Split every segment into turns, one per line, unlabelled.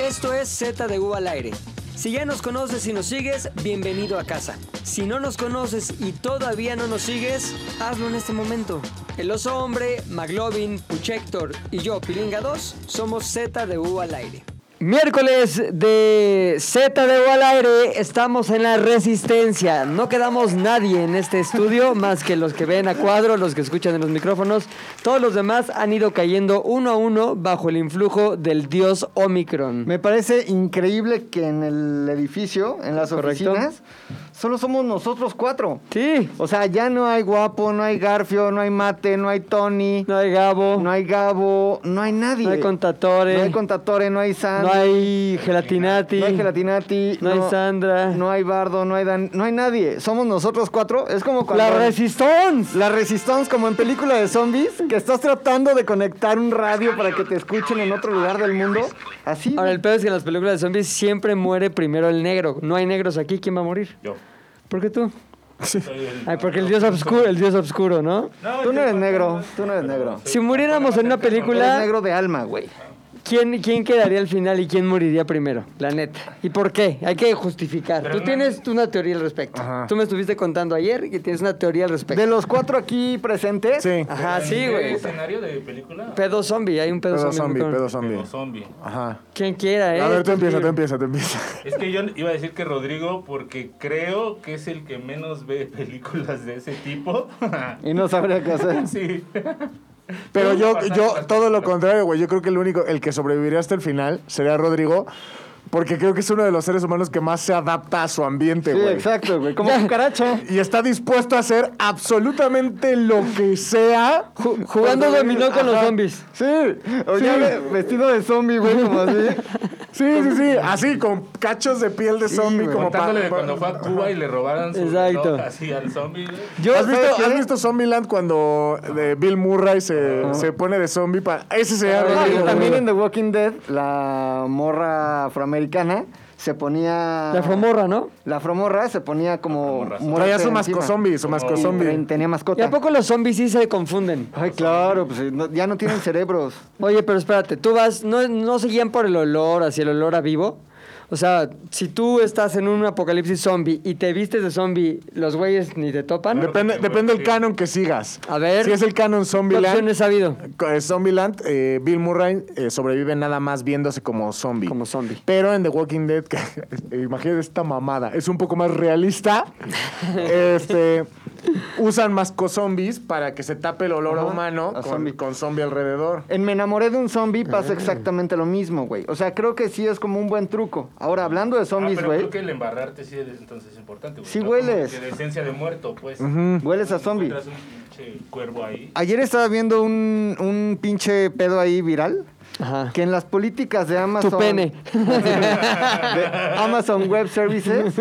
Esto es Z de U al aire. Si ya nos conoces y nos sigues, bienvenido a casa. Si no nos conoces y todavía no nos sigues, hazlo en este momento. El oso hombre, Maglovin, Puchector y yo, Pilinga 2, somos Z de U al aire. Miércoles de Z de U al aire, estamos en la resistencia. No quedamos nadie en este estudio, más que los que ven a cuadro, los que escuchan en los micrófonos. Todos los demás han ido cayendo uno a uno bajo el influjo del dios Omicron.
Me parece increíble que en el edificio, en las
Correcto.
oficinas, solo somos nosotros cuatro.
Sí,
O sea, ya no hay Guapo, no hay Garfio, no hay Mate, no hay Tony,
no hay Gabo,
no hay Gabo, no hay nadie.
no hay Contatore,
No hay Contatore, no hay Sandy,
no hay Gelatinati,
no hay Gelatinati,
no hay Sandra.
no hay Bardo, no hay Dan, no hay nadie. Somos nosotros cuatro. Es como cuando...
La Resistance.
La Resistance, como en película de zombies, que estás tratando de conectar un radio para que te escuchen en otro lugar del mundo. Así.
Ahora, el peor es que en las películas de zombies siempre muere primero el negro. No hay negros aquí, ¿quién va a morir?
Yo.
¿Por qué tú? Ay, porque el dios obscuro, el dios obscuro, ¿no?
Tú no eres negro, tú no eres negro.
Si muriéramos en una
Tú eres
película,
negro de alma, güey.
¿quién, ¿quién quedaría al final y quién moriría primero? La neta. ¿Y por qué? Hay que justificar. Tú tienes una teoría al respecto.
Ajá.
Tú me estuviste contando ayer que tienes una teoría al respecto.
De los cuatro aquí presentes,
Sí.
Ajá, sí,
¿En qué
güey.
escenario de película?
Pedo zombie, hay un pedo,
Pedo
zombie.
zombie,
con-
pedo zombie.
Los zombie.
Ajá.
Quien quiera, ¿eh?
A ver, tú
Tú
empieza, tú
libre.
empieza, tú empieza.
Es que yo iba a decir que Rodrigo porque creo que es el que menos ve películas de ese tipo.
y no sabría qué hacer.
sí.
Pero
Sí,
yo,
pasaron
yo,
las
todo lo
películas.
contrario, güey. Yo creo que el único, el que sobreviviría hasta el final sería Rodrigo, porque creo que es uno de los seres humanos que más se adapta a su ambiente,
Sí,
güey.
exacto, güey. Como cucaracha.
Y está dispuesto a hacer absolutamente lo que sea.
Ju- Jugando dominó con los
Ajá.
zombies.
Sí,
O ya
sí.
ve- vestido de zombie, güey, como así.
Sí, sí, sí. Así, con cachos de piel de
Sí,
zombie.
güey.
como pa-
Contándole de
pa-
cuando fue a Cuba y le robaron su
Exacto.
reloj así al zombie. güey.
Yo,
¿Has visto,
¿sabes qué?
¿Has visto Zombieland cuando eh, Bill Murray se, se pone de zombie para... Ese sería
No, y
Rodrigo.
también
güey.
en The Walking Dead, la morra afroamericana se ponía.
la fomorra, ¿no?
La afromorra se ponía como.
Afromorra, sí.
morate
Traía su
encima. Y
mascozombie, su
ten-
mascozombie.
Tenía
¿Y
mascota.
a poco los zombies sí se confunden?
Ay, claro, pues no- ya no tienen cerebros.
Oye, pero espérate, tú vas, no, no se guían por el olor, así el olor a vivo. O sea, si tú estás en un apocalipsis zombie y te vistes de zombie, los güeyes ni te topan.
Depende, depende del canon que sigas.
A ver.
Si es el canon
¿Qué opciones
Zombieland,
ha habido?
eh, Zombieland eh, Bill Murray eh, sobrevive nada más viéndose como zombie.
Como zombie.
Pero en The Walking Dead, que- eh, imagínate esta mamada, es un poco más realista. este, usan mascozombies para que se tape el olor a
Ajá,
humano
a
con
zombie.
con zombie alrededor.
En Me enamoré de un zombie
Ah.
pasa exactamente lo mismo, güey. O sea, creo que sí es como un buen truco. Ahora, hablando de
Ah,
zombies,
pero
güey,
creo que el embarrarte sí es entonces importante. güey,
Sí
Como
hueles.
Que de esencia de muerto, pues.
hueles a zombie.
Encuentras un pinche cuervo ahí.
Ayer estaba viendo un, un pinche pedo ahí viral.
Ajá.
Que en las políticas de Amazon.
Ah. Tu pene.
de Amazon Web Services,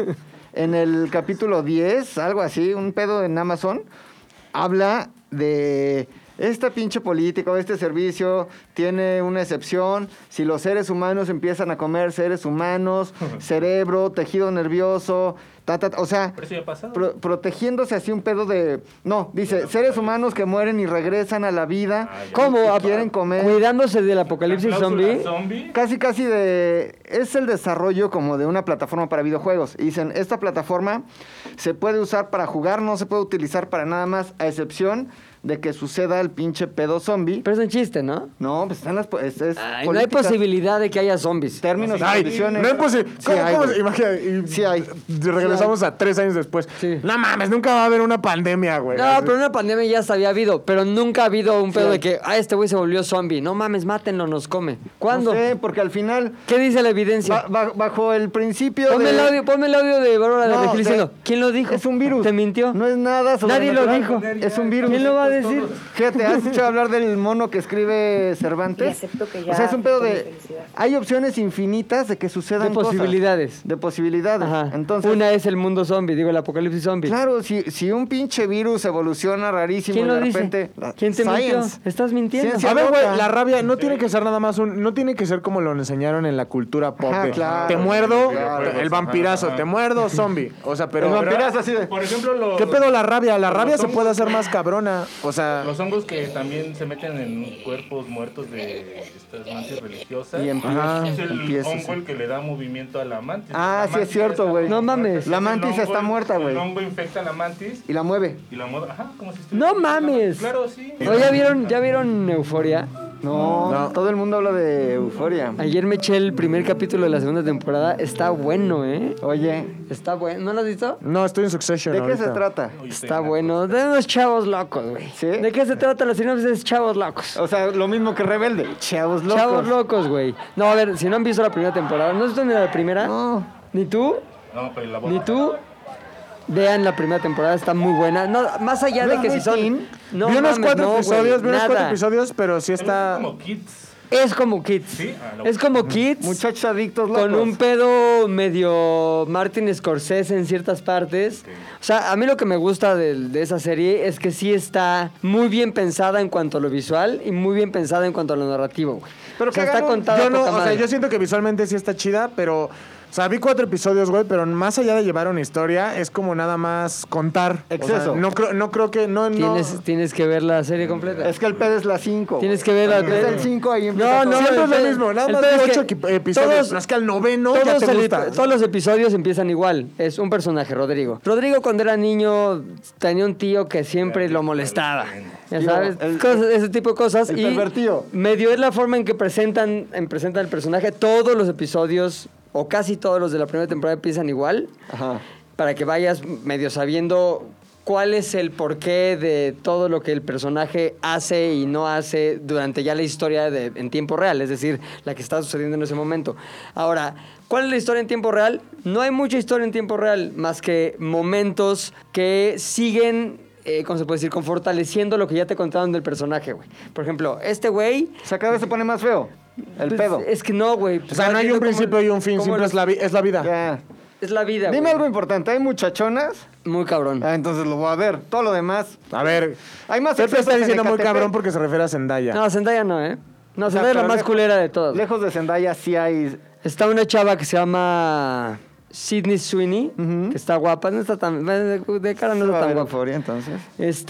en el capítulo 10, algo así, un pedo en Amazon, habla de esta pinche política o este servicio tiene una excepción. Si los seres humanos empiezan a comer seres humanos, cerebro, tejido nervioso, ta, ta, ta, o sea,
Pero eso ya ha pasado.
pro- protegiéndose así un pedo de... No, dice, seres humanos que mueren y regresan a la vida.
Ah, ya.
¿Cómo?
y
Ah,
quieren comer?
Cuidándose del
La
apocalipsis
cláusula
zombie.
zombie.
Casi, casi de... Es el desarrollo como de una plataforma para videojuegos. Y dicen, esta plataforma se puede usar para jugar, no se puede utilizar para nada más, a excepción de que suceda el pinche pedo zombie.
Pero es un chiste, ¿no?
No, pues están las... po- Es, es
Ay, no hay
políticas,
posibilidad de que haya zombies.
Términos y
Ay,
condiciones.
no es posible.
Sí
¿Cómo,
hay,
cómo
güey.
se- imagina, y
Sí hay.
de- Regresamos a tres años después.
Sí.
No mames, nunca va a haber una pandemia, güey.
No,
Así.
pero una pandemia ya se había habido, pero nunca ha habido un pedo
Sí.
de que, ah, este güey se volvió zombie. No mames, mátenlo, nos come. ¿Cuándo?
No sé, porque al final,
¿Qué dice la evidencia?
ba- ba- bajo el principio
Ponme
de...
el audio, ponme el audio de Bárbara
No,
de Regil
de-
diciendo, ¿Quién lo dijo?
Es un virus.
¿Te mintió?
No es nada
Nadie lo
sobrenatural.
dijo.
Es un virus.
¿Quién lo va a decir?
Fíjate, has hecho hablar del mono que escribe Cervantes.
Y acepto que ya
o sea, es un pedo
acepto mi
de.
felicidad.
Hay opciones infinitas de que sucedan
De
cosas.
posibilidades.
De posibilidades.
Ajá.
Entonces,
Una es el mundo zombie, digo, el apocalipsis zombie.
claro, si, si un pinche virus evoluciona rarísimo
¿Quién
y de
lo dice?
repente. la-
¿Quién te mintió?
Science.
Estás mintiendo.
Ciencia.
A ver,
loca.
güey, la rabia no tiene que ser nada más un. No tiene que ser como lo enseñaron en la cultura pop.
Ajá,
de,
claro.
Te muerdo,
Claro.
pues,
el vampirazo, te muerdo, zombie. O sea, pero.
El vampirazo así de.
Por ejemplo, los...
¿Qué pedo la rabia? La rabia se
zombies.
puede hacer más cabrona. O sea,
Los hongos que también se meten en cuerpos muertos de estas mantis religiosas.
Y empieza-
es el
empieza,
hongo
sí.
el que le da movimiento a la mantis.
Ah,
La
sí es
mantis
cierto,
está-
güey.
No mames.
Entonces,
La
el
mantis
hongo-
está muerta, güey.
El hongo infecta a la mantis
Y la mueve.
y la moda. Ajá, como si
No
estuviera.
mames.
Claro, sí.
No, ¿ya vieron, ya vieron Euforia?
No,
No.
todo el mundo habla de euforia.
Ayer me eché el primer capítulo de la segunda temporada. Está bueno, ¿eh?
Oye,
Está bueno. ¿No lo has visto?
no, estoy en Succession.
¿de qué se
ahorita.
trata?
Oye,
Está
tenga-
Ah, bueno. De unos chavos locos, güey.
¿Sí?
¿De qué se trata la sinopsis? Chavos locos.
O sea, lo mismo que Rebelde. Chavos locos.
Chavos locos, güey. No, a ver, si no han visto la primera temporada, ¿no has visto ni la primera?
No.
¿Ni tú?
No, pero la
¿Ni
boda.
tú? Vean la primera temporada, está muy buena. No, más allá de que si son.
rating?
No,
vi unos
mames,
cuatro
no, güey,
episodios, vi unos cuatro
nada.
episodios, pero sí está.
Como kids.
Es como Kids.
Sí, a lo-
Es como Kids.
Muchachos adictos locos.
con un pedo medio Martin Scorsese en ciertas partes. O sea, a mí lo que me gusta del- de, esa serie es que sí está muy bien pensada en cuanto a lo visual y muy bien pensada en cuanto a lo narrativo, güey.
Pero
o sea,
que
está
hagan un-
contada
Yo no,
poca
o sea,
madre.
yo siento que visualmente sí está chida, pero. O sea, vi cuatro episodios, güey, pero más allá de llevar una historia, es como nada más contar. O sea,
Exceso.
no, creo, no creo que. No, Mm, no.
tienes, tienes que ver la serie completa.
Es que el pedo es la 5.
Tienes que ver la
Empieza el 5 ahí
No,
empieza
no,
todo.
Siempre es
el
lo
pe-
mismo, nada
el
más
pedo
de
es
ocho
que
equi- episodios.
todos-
Más que al noveno
todos,
ya te
el-
gusta.
todos los episodios empiezan igual. Es un personaje, Rodrigo. Rodrigo cuando era niño tenía un tío que siempre lo molestaba. Ya
Tío,
sabes,
el-
cosas- ese tipo de cosas.
el
y
pervertido.
medio es la forma en que presentan, en presentan el personaje. Todos los episodios, o casi todos los de la primera temporada empiezan igual.
Ajá.
Para que vayas medio sabiendo cuál es el porqué de todo lo que el personaje hace y no hace durante ya la historia de- en tiempo real, es decir, la que está sucediendo en ese momento. Ahora, ¿cuál es la historia en tiempo real? No hay mucha historia en tiempo real, más que momentos que siguen, eh, ¿cómo se puede decir?, con fortaleciendo lo que ya te contaron del personaje, güey. Por ejemplo, este güey...
Se cada vez se pone más feo. El
pues,
pedo.
Es que no, güey.
O sea, no hay un principio y un fin, siempre es la, vi- es la vida.
Ya.
Es la vida,
Dime
güey.
algo importante. ¿Hay muchachonas?
Muy cabrón.
Ah, entonces lo voy a ver. Todo lo demás.
A ver.
Hay más
Pepe
excesos
está
en
diciendo muy
Ecatepec.
cabrón porque se refiere a Zendaya.
No, Zendaya no, ¿eh? No,
O sea,
Zendaya es la
pero
más
lejos-
culera de todas.
Lejos de Zendaya sí hay.
Está una chava que se llama Sidney Sweeney, que está guapa, no está tan... De de cara no
se
está
va a
tan
ver
guapa.
euforia, entonces.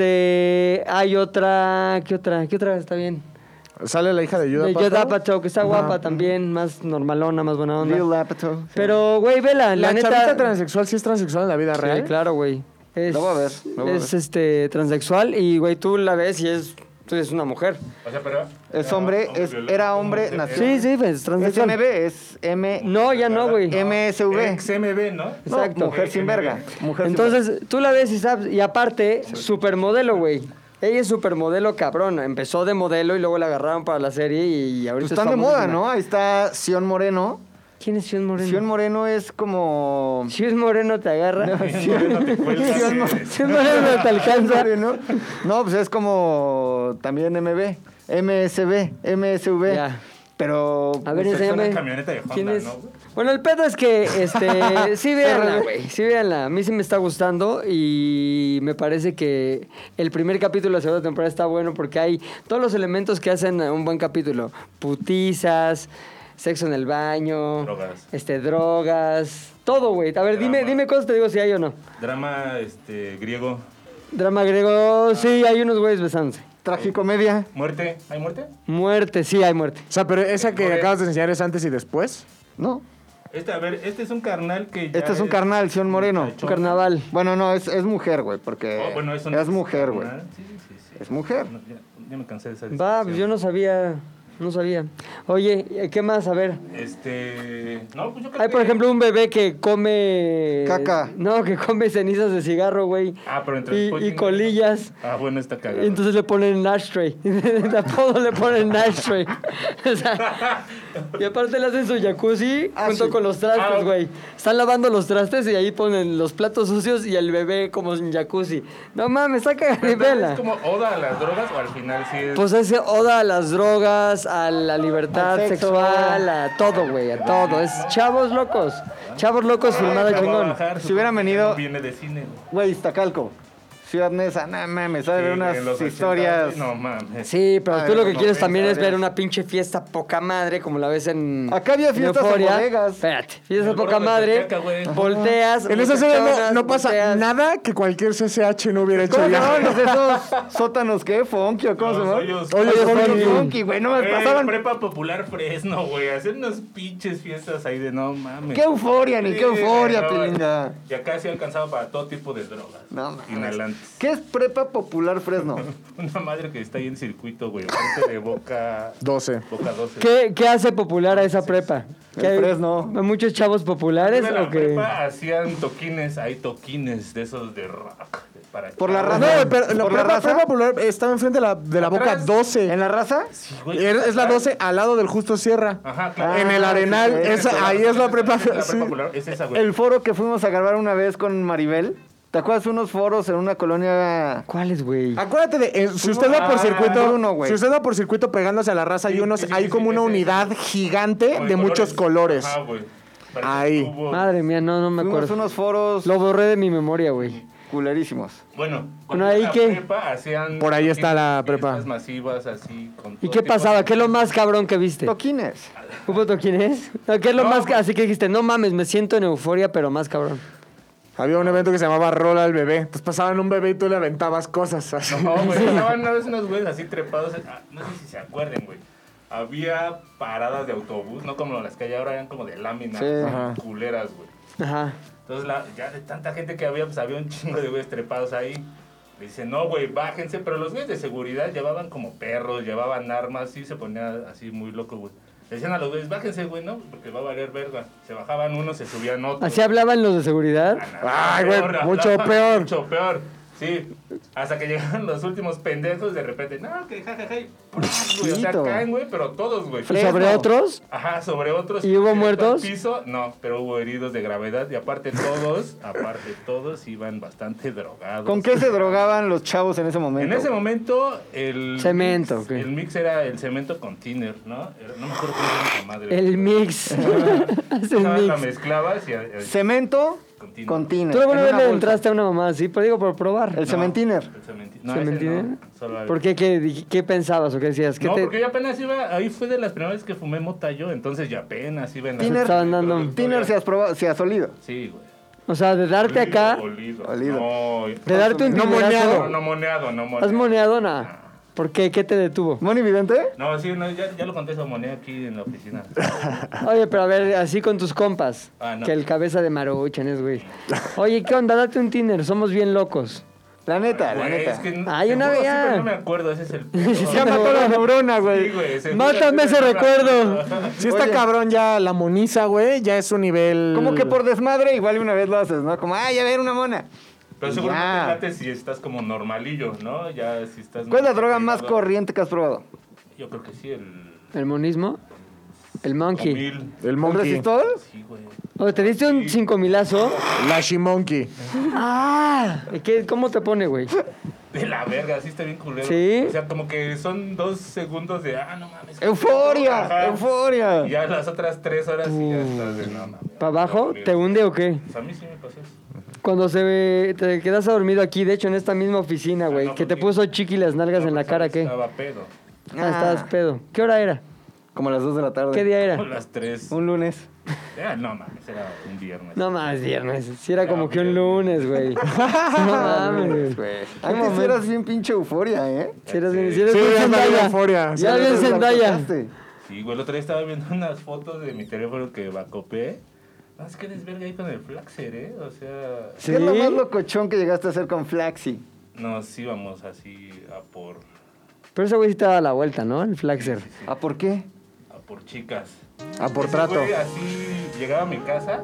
Este, hay otra, ¿qué otra? ¿Qué otra está bien?
Sale la hija de Yuda
De
Pato.
Judd Apatow, que está guapa también, más normalona, más buena onda.
Lil Apatow. sí.
Pero, güey, vela, la,
La,
neta...
chavita transexual sí es transexual en la vida
Sí,
real.
claro, güey. Es,
Lo voy a ver, lo voy a
es,
ver.
este, transexual y, güey, tú la ves y es, tú eres una mujer.
O sea, pero.
Es
era
hombre, es-
violento,
era hombre,
se-
nació-
Sí, sí, es
Es
transexual.
MB, es M.
No, ya no, güey.
MSV.
XMB, ¿no?
No,
Exacto.
mujer sin verga. Mujer sin
Entonces, tú la ves y sabes, y aparte, supermodelo, güey. Ella es supermodelo cabrón. Empezó de modelo y luego la agarraron para la serie y ahorita
Pues
está
están de moda,
famosísima.
¿no? Ahí está Sion Moreno.
¿Quién es Sion Moreno?
Sion
Sion,
Moreno es como.
Moreno te agarra.
No te cuelgas,
Sí,
eh.
no.
Sion Moreno te alcanza.
Moreno. No, pues es como también MB, MSB, MSV.
Ya.
Pero.
A ver,
Pues es una
enséñame.
camioneta de Honda,
¿Quién es?
¿no, güey?
Bueno, el pedo es que, este, sí véanla, güey, sí véanla. A mí sí me está gustando y me parece que el primer capítulo de la segunda temporada está bueno porque hay todos los elementos que hacen a un buen capítulo. Putizas, sexo en el baño,
Drogas.
este, drogas, todo, güey. A ver, dime,
Drama.
dime cosas, te digo si hay o no.
Drama este, griego.
Drama griego, sí,
Ah.
hay unos güeyes besándose.
Tragicomedia.
¿Muerte? ¿Hay muerte?
Muerte, sí, hay muerte.
O sea, pero esa que
Oye.
acabas de enseñar es antes y después.
¿No?
Este, a ver, este es un carnal que ya
Este es un carnal, Sion Moreno.
Un carnaval.
Bueno, no, es, es mujer, güey, porque.
Oh, bueno,
es,
eso no
mujer, güey.
carnal. Sí, sí, sí, sí.
Es mujer.
No, ya, ya me cansé de esa
Va,
discusión.
pues yo no sabía, no sabía. Oye, eh, ¿qué más? A ver.
Este. No, pues yo creo
Hay, por
que-
ejemplo, un bebé que come...
Caca.
No, que come cenizas de cigarro, güey.
Ah, pero entre
Y,
después
y
tiene-
colillas.
Ah, bueno, está cagado.
Y entonces le ponen ashtray. De apodo le ponen ashtray. O sea, y aparte le hacen su jacuzzi
Ah,
junto
sí.
con los
Ah,
trastes,
ok.
güey. Están lavando los trastes y ahí ponen los platos sucios y el bebé como en jacuzzi. No mames, saca
Pero
de
entonces,
vela.
¿Es como oda a las drogas o al final sí es.
Pues ese oda a las drogas, a la libertad
Al sexo.
sexual, a todo, güey, a todo. Es chavos locos. Chavos locos filmada
Va a
chingón.
bajar,
Si hubieran venido-
Viene de cine, güey.
Güey, Iztacalco. Ciudad Nesa, no mames, sabe
Sí,
ver unas
en los 80,
historias.
No mames.
Sí, pero
A
tú
ver,
lo que
no,
quieres
no,
también es
historias.
ver una pinche fiesta poca madre, como la ves en.
Acá había
en
fiestas en
Euphoria.
bodegas.
Espérate,
En
fiesta
el
poca
Bordo de
madre,
Tepeaca, güey.
volteas.
En esa serie no,
muchachonas,
no pasa
volteas.
nada que cualquier CCH no hubiera hecho
¿Cómo se
ya.
llamaban los de esos sótanos qué? ¿Funky o cómo se
Los
llamaban?
hoyos.
Oye,
Hoyos
Funky.
Funky, güey, no me
Güey,
pasaban.
Prepa Popular Fresno, güey. Hacer unas pinches fiestas ahí de no mames.
¡Qué euforia, ni
Sí,
qué euforia,
güey, no,
pilinga!
Y acá sí alcanzaba para todo tipo de drogas.
No mames.
Inhalantes.
¿Qué es prepa popular Fresno?
Una madre que está ahí en circuito, güey. Parte de boca.
12.
Boca 12.
¿Qué, qué hace popular a esa prepa?
El
¿Que hay
Fresno.
¿Muchos chavos populares
En la
o qué?
prepa hacían toquines, hay toquines de esos de rock. de para-
Por la
No,
raza.
güey, pero la
¿Por la
prepa,
raza?
prepa popular estaba enfrente de la, de la boca
¿Atrás?
12.
¿En la raza?
Sí, güey.
Er, Es es la 12 al lado del Justo Sierra.
Ajá, claro.
En el
Ah,
Arenal.
sí, sí,
esa-
Esa,
ahí es la prepa.
esa es
sí.
la popular, es esa, güey.
El foro que fuimos a grabar una vez con Maribel. ¿Te acuerdas unos foros en una colonia?
¿Cuáles, güey?
Acuérdate de, eh, si usted va por
Ah,
circuito,
uno, güey.
si usted va por circuito pegándose a la raza, hay
Sí,
unos,
sí, sí,
hay
sí,
como una
ese,
unidad
ese.
gigante de
Con
muchos colores.
Ajá, güey. Parece
Ahí.
un cubo.
Madre mía, no, no me
Fuimos
acuerdo.
unos foros
Lo borré de mi memoria, güey.
culerísimos.
Bueno,
Bueno, ahí
la
qué.
prepa hacían
Por ahí está la
fiestas
prepa.
masivas así con
¿Y
todo
qué
tipo de-
pasaba? ¿Qué es lo más cabrón que viste?
Toquines.
¿Hubo toquines? No, ¿Qué es lo
No,
más ca-
güey.
Así que dijiste, no mames, me siento en euforia, pero más cabrón.
Había un evento que se llamaba Rola al bebé. Entonces pasaban un bebé y tú le aventabas cosas. así.
No, güey, estaban una vez unos güeyes así trepados. ah, No sé si se acuerden, güey. Había paradas de autobús, no como las que hay ahora, eran como de láminas,
Sí.
Ajá.
culeras, güey.
Ajá.
Entonces, la- ya de tanta gente que había, pues había un chingo de güeyes trepados ahí. Le dicen, no, güey, bájense. Pero los güeyes de seguridad llevaban como perros, llevaban armas, y se ponía así muy loco, güey. Le decían a los güeyes, bájense, güey, ¿no? Porque va a valer verga. Se bajaban unos, se subían otros.
¿Así hablaban los de seguridad?
Ay, güey,
Peor,
mucho
hablaba,
peor.
Mucho peor. Sí, hasta que llegaron los últimos pendejos, de repente, no, que jajaja, y ¡pras! güey, o sea,
Quito.
caen, güey, pero todos, güey.
¿Y sobre
Fresno.
otros?
Ajá, sobre otros.
¿Y hubo
directo al
muertos?
Piso, no, pero hubo heridos de gravedad y aparte todos, aparte todos iban bastante drogados.
¿Con qué se drogaban los chavos en ese
En
momento?
ese momento el
Cemento,
mix,
ok.
el mix era el cemento con tiner, ¿no? Era- No me acuerdo cómo se llama esa madre.
El mix. Es el
Nada más La
mix.
mezclabas y a- a-
Cemento
con tiner.
con tiner.
¿Tú alguna
en
vez
una
le
bolsa.
entraste a una mamá así? Pero digo, por probar.
El
No,
cementiner.
el cementi- no, ese
¿Cementiner?
no, solo había-
¿Por qué? ¿Qué, qué pensabas o qué decías? ¿Qué
no,
te-
porque yo apenas iba, ahí fue de las primeras veces que fumé mota yo, entonces ya apenas iba en la...
Tiner.
Estaban dando-
Tiner se has probado, se has olido.
Sí, güey.
O sea, de darte acá,
Olido.
Olido.
No,
de darte un
No
tiberazo-
moneado.
No, no moneado, no moneado.
¿Has moneado nada? ¿Por qué? ¿Qué te detuvo?
¿Moni Vidente?
No, sí, no, ya, ya lo conté, eso moneé aquí en la oficina.
Oye, pero a ver, así con tus compas.
Ah, no.
Que el cabeza de Maruchan es, güey. Oye, ¿qué onda? Date un Tinder, somos bien locos.
La neta, la
Güey,
neta.
es que no-
Ay,
te
una
juro,
vez ya.
sí, pero No me acuerdo, ese es el...
Ya mató la
neurona,
Sí, güey, se-
Mátame ese recuerdo.
Si está
Oye.
cabrón ya la moniza, güey, ya es un nivel.
Como que por desmadre igual una vez lo haces, ¿no? Como, ay, a ver, una mona.
Pero
Y
seguro que
ya.
te late si estás como normalillo, ¿no? Ya si estás...
¿Cuál es la droga más
pegado.
corriente que has probado?
Yo creo que sí, el...
¿El monismo? El monkey.
Mil.
El
¿El
monkey.
resistol?
Sí, güey.
O te diste un cinco milazo.
La Shimonkey.
¡Ah! ¿Qué- ¿Cómo te pone, güey?
De la verga, sí está bien culero.
¿Sí?
O sea, como que son dos segundos de, ah, no mames.
¡Euforia!
Ajá.
¡Euforia!
Y ya las otras tres horas sí ya estás de, no mames.
¿Para abajo? ¿Te hunde o qué?
Pues a mí sí me pasó eso.
Cuando se ve, te quedas dormido aquí, de hecho, en esta misma oficina, güey.
no,
que te
porque- pues,
puso chiqui las nalgas en la cara, ¿qué?
Estaba pedo.
Ah, estabas pedo. ¿Qué hora era?
Como a las 2 de la tarde.
¿Qué día
Como
era?
las tres.
Un lunes.
Era, no mames, era un viernes.
No más viernes. Si era
Ah,
como que un
mira.
lunes, güey. No mames, güey.
Eh, Antes sí eras bien pinche euforia, ¿eh?
Si eres, si
Sí,
eres
Sí,
bien
ya andaba
Zendaya.
euforia.
Ya
Sí,
bien
te
Zendaya.
blanqueaste.
Sí, güey, el otro día estaba viendo unas fotos de mi teléfono que bacopé. No, es que eres verga ahí con el Flaxer, ¿eh? O sea,
Sí.
¿Qué es lo más locochón que llegaste a hacer con Flaxi?
nos íbamos así a por,
Pero ese güey sí te daba la vuelta, ¿no? El Flaxer.
¿Ah, por qué?
a Ah, por chicas.
A por
Ese
trato.
güey así llegaba a mi casa,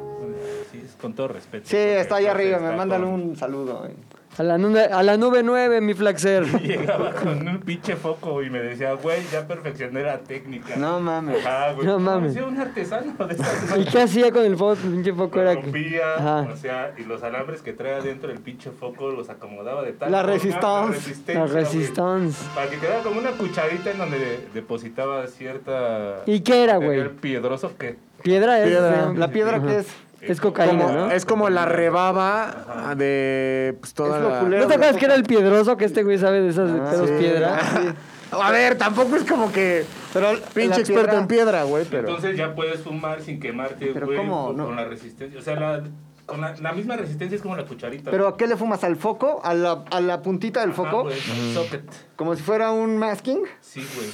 sí, es con todo respeto.
Sí,
porque
está allá
pues
arriba,
está
me mandan
con-
un saludo. eh. güey.
A la, nube, a la nube 9, mi Flaxer.
Llegaba con un pinche foco y me decía, güey, ya perfeccioné la técnica.
No mames.
Ajá, güey.
No mames.
Parecía un artesano de
¿Y
estas
qué hacía con el foco? Pinche foco
Lo
era que...
rompía,
Ajá.
o sea, y los alambres que traía dentro del pinche foco los acomodaba de tal
La
forma,
resistance.
resistencia,
La
güey,
Resistance.
Para que quedara como una cucharita en donde de- depositaba cierta...
¿Y qué era, güey?
material piedroso que
¿Piedra es?
Piedra.
sí.
¿La piedra qué es? Es cocaína,
Como-
¿no?
Es como la rebaba de pues, toda
Es lo
la-
culero.
No
¿No te acuerdas que era el piedroso que este güey sabe de esas de
Ah,
pedos
sí.
piedra?
Sí.
te- A ver, tampoco es como que
Pero
pinche
la
experto
piedra-
en piedra, güey, pero...
Entonces ya puedes fumar sin quemarte,
Pero
güey, pues,
¿cómo?
con
No.
con la resistencia. O sea, la, con la, la misma resistencia es como la cucharita. Ah,
¿Pero a qué le fumas? ¿Al foco? ¿A la, a la puntita del
el
foco?
Socket.
Como si fuera un masking.
Sí, güey.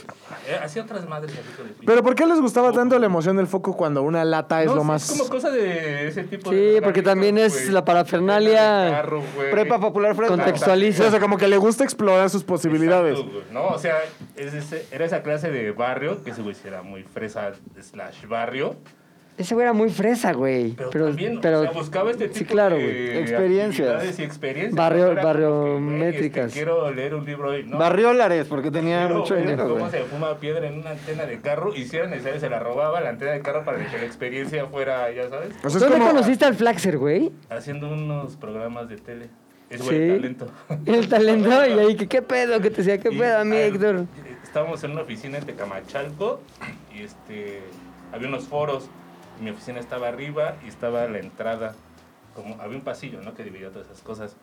Eh, hacía otras madres así con el pinche.
¿Pero por qué les gustaba tanto la emoción del foco cuando una lata es
No,
lo
sí,
más...?
como cosa de ese tipo
Sí,
de.
porque también es
güey.
la parafernalia
El carro, güey.
Prepa popular fresca.
O sea, o
Contextualiza.
sea, como que le gusta explorar sus posibilidades.
Exacto, güey, no, o sea, es ese- era esa clase de barrio que ese güey sí era muy fresa slash barrio.
Ese güey era muy fresa, güey.
Pero,
Pero,
también,
pero-
o sea, buscaba este tipo
Sí, claro, güey.
de
Experiencias.
actividades y experiencias.
Barrio-
No era como que, güey,
barriométricas.
este, quiero leer un libro hoy. No,
Barriolares, porque tenía
Quiero
mucho
ver
dinero,
cómo
güey.
se fuma piedra en una antena de carro y si era necesario se la robaba la antena de carro para que la experiencia fuera, ya sabes,
O sea, Pues es
¿Dónde
como-
conociste al Flaxer, güey?
haciendo unos programas de tele. Es
Sí.
buen talento.
El talento y ahí que qué pedo, que te decía qué
Y,
pedo a mí,
ah,
Héctor.
Estábamos en una oficina en Tecamachalco y este, había unos foros. y Mi oficina estaba arriba y estaba la entrada. Como, había un pasillo, ¿no? Que dividía todas esas cosas.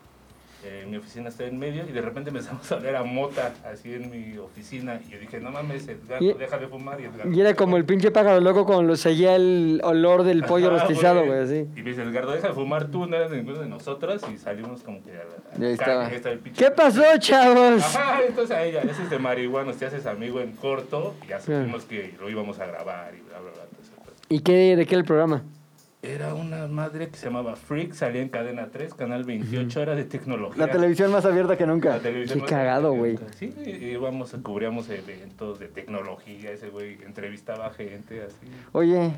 Eh, mi oficina está en medio y de repente empezamos a oler a mota así en mi oficina. Y yo dije, no mames, Edgar,
Y-
deja de fumar. Y, Edgardo,
Y era como el pinche pájaro loco cuando lo seguía el olor del pollo
Ajá,
rostizado, güey, así.
Y me dice, Edgardo, deja de fumar tú, no eres ninguno de nosotras. Y salimos como que a la-
Y ahí
a la calle,
estaba.
ahí está el pinche-
¿Qué pasó, chavos?
Ajá, entonces ahí ya le haces de marihuano, te haces amigo en corto y ya supimos que lo íbamos a grabar y bla, bla, bla. todo ese pedo.
¿Y qué, de qué era el programa?
Era una madre que se llamaba Freak, salía en cadena 3, canal 28, era de tecnología.
La televisión más abierta que
La
nunca.
televisión
Qué
más
cagado, güey.
abierta. Sí, y- y íbamos, cubríamos eventos de tecnología, ese güey entrevistaba a gente así.
Oye,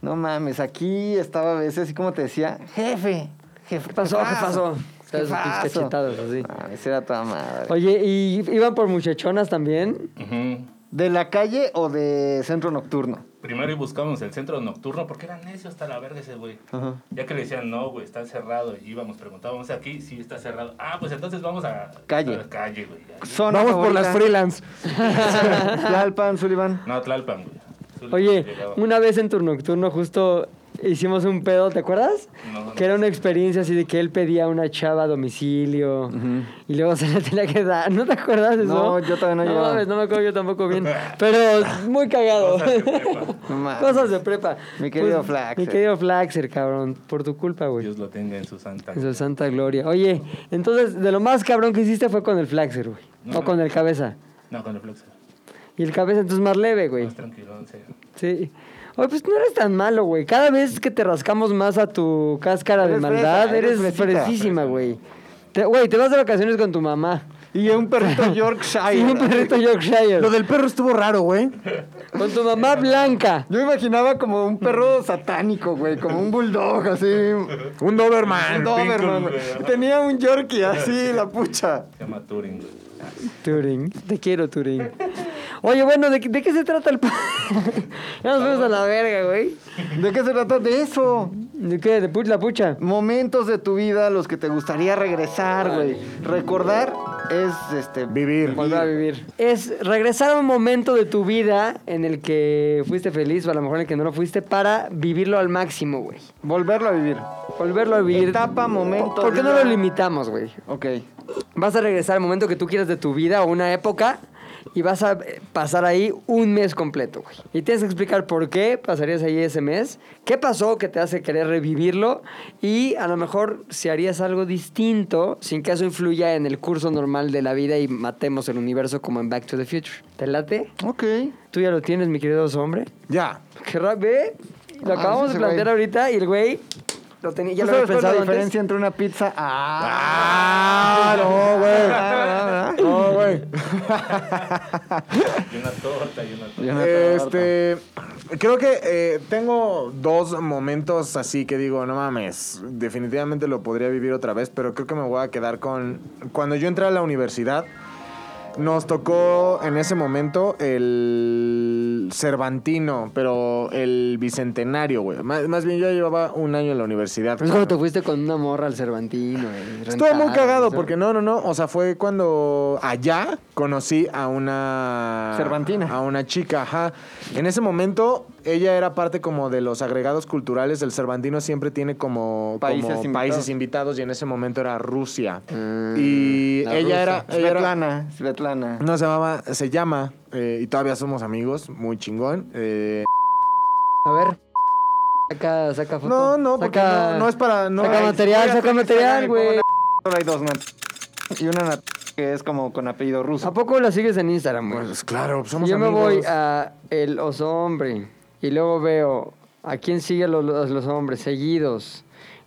no mames, aquí estaba a veces, así como te decía, jefe, jefe,
¿Qué pasó? ¿Qué pasó? ¿Sabes? sus pinches
Jefazo.
cachetadas, así.
Mames, Ah, era toda madre.
Oye, ¿y iban por muchachonas también?
Ujú.
¿De la calle o de centro nocturno?
Primero y buscábamos el centro nocturno porque era necio hasta la verga ese güey.
Ajá.
Ya que le decían, no, güey, está cerrado. Y íbamos, preguntábamos aquí, sí, está cerrado. Ah, pues entonces vamos a...
Calle.
a la calle, güey.
Zona
Vamos por las
favorita.
freelance.
Tlalpan, Sullivan.
No, Tlalpan, güey.
Oye,
Llegaba.
una vez en tu nocturno justo hicimos un pedo, ¿te acuerdas?
No, no.
Que era una experiencia así de que él pedía una chava a domicilio y luego se la tenía que dar. ¿No te acuerdas de eso?
No, yo todavía no llegaba.
mames, no me acuerdo yo tampoco bien. Pero muy cagado.
Cosas de prepa.
No mames.
Cosas de prepa. Pues,
Mi querido Flaxer.
Mi querido Flaxer, cabrón. Por tu culpa, güey.
Dios lo tenga en su santa.
En su santa gloria. Oye, entonces, de lo más cabrón que hiciste fue con el Flaxer, güey.
No,
o con
no.
el cabeza.
No, con el flexo.
Y el cabeza entonces más leve, güey.
Más tranquilo, en serio.
Sí. Oye, pues no eres tan malo, güey. Cada vez que te rascamos más a tu cáscara de
Eres fresa,
maldad,
eres
eres,
fresita.
fresísima, güey. Te- Güey, te vas de vacaciones con tu mamá.
Y un perrito Yorkshire.
Y un perrito Yorkshire.
Lo del perro estuvo raro, güey.
Con tu mamá blanca.
Yo imaginaba como un perro satánico, güey, como un bulldog, así. Un
Un
Ah,
Doberman.
Doberman.
Pinkle,
güey.
güey.
Tenía un Yorkie, así, la pucha.
Se llama Turing, güey.
Turing. Te quiero, Turing. Oye, bueno, ¿de, qué- de qué se trata el... pa- ya nos fuimos a la verga, güey.
¿De qué se trata? De eso.
¿De qué? ¿De pu- la pucha?
Momentos de tu vida a los que te gustaría regresar, güey. Recordar es, este...
Vivir.
Volver a vivir. Es regresar a un momento de tu vida en el que fuiste feliz o a lo mejor en el que no lo fuiste para vivirlo al máximo, güey.
Volverlo a vivir.
Volverlo a vivir.
Etapa, momento,
¿Por qué no
vida?
lo limitamos, güey?
Ok.
Vas a regresar al momento que tú quieras de tu vida o una época y vas a eh, pasar ahí un mes completo, güey. Y tienes que explicar por qué pasarías ahí ese mes, qué pasó que te hace querer revivirlo y a lo mejor si harías algo distinto sin que eso influya en el curso normal de la vida y matemos el universo como en Back to the Future. ¿Te late?
Ok.
Tú ya lo tienes, mi querido hombre.
Ya.
Qué rápido. Lo
Ah,
acabamos
ese
de plantear
güey.
ahorita y el güey lo tenía ya
¿Tú
lo había
sabes cuál es la
pensado antes.
diferencia entre una pizza?
Ah, no,
Ah,
güey. No, güey.
Y una torta, y una torta.
Este. Creo que eh, tengo dos momentos así que digo, no mames, definitivamente lo podría vivir otra vez, pero creo que me voy a quedar con. Cuando yo entré a la universidad, nos tocó en ese momento el Cervantino, pero el Bicentenario, güey. Más, más bien yo llevaba un año en la universidad.
Pues cuando te fuiste con una morra al Cervantino. eh,
Estuvo muy
rentado,
cagado,
eso.
porque no, no, no. O sea, fue cuando allá conocí a una.
Cervantina.
A una chica, ajá. En ese momento ella era parte como de los agregados culturales. El Cervantino siempre tiene como
Países
como
invitados.
países invitados y en ese momento era Rusia.
Ah,
Mm,
y
la
ella era,
rusa.
ella era-
Svetlana, Svetlana.
No, se llamaba, se llama, eh, y todavía somos amigos, muy chingón. eh,
A ver. Saca, saca foto.
no, no, porque
Saca-
no, no es para... No, eh,
saca
Ay,
material,
voy a
saca
hacer
material,
Instagram y
güey.
Solo hay dos Nat. Y una Nat que es como con apellido ruso.
¿A
Ah,
poco la sigues en Instagram,
pongo-
güey?
Pues claro, somos
Yo me
amigos.
voy a El Oso Hombre y luego veo a quién sigue a los, a los hombres seguidos.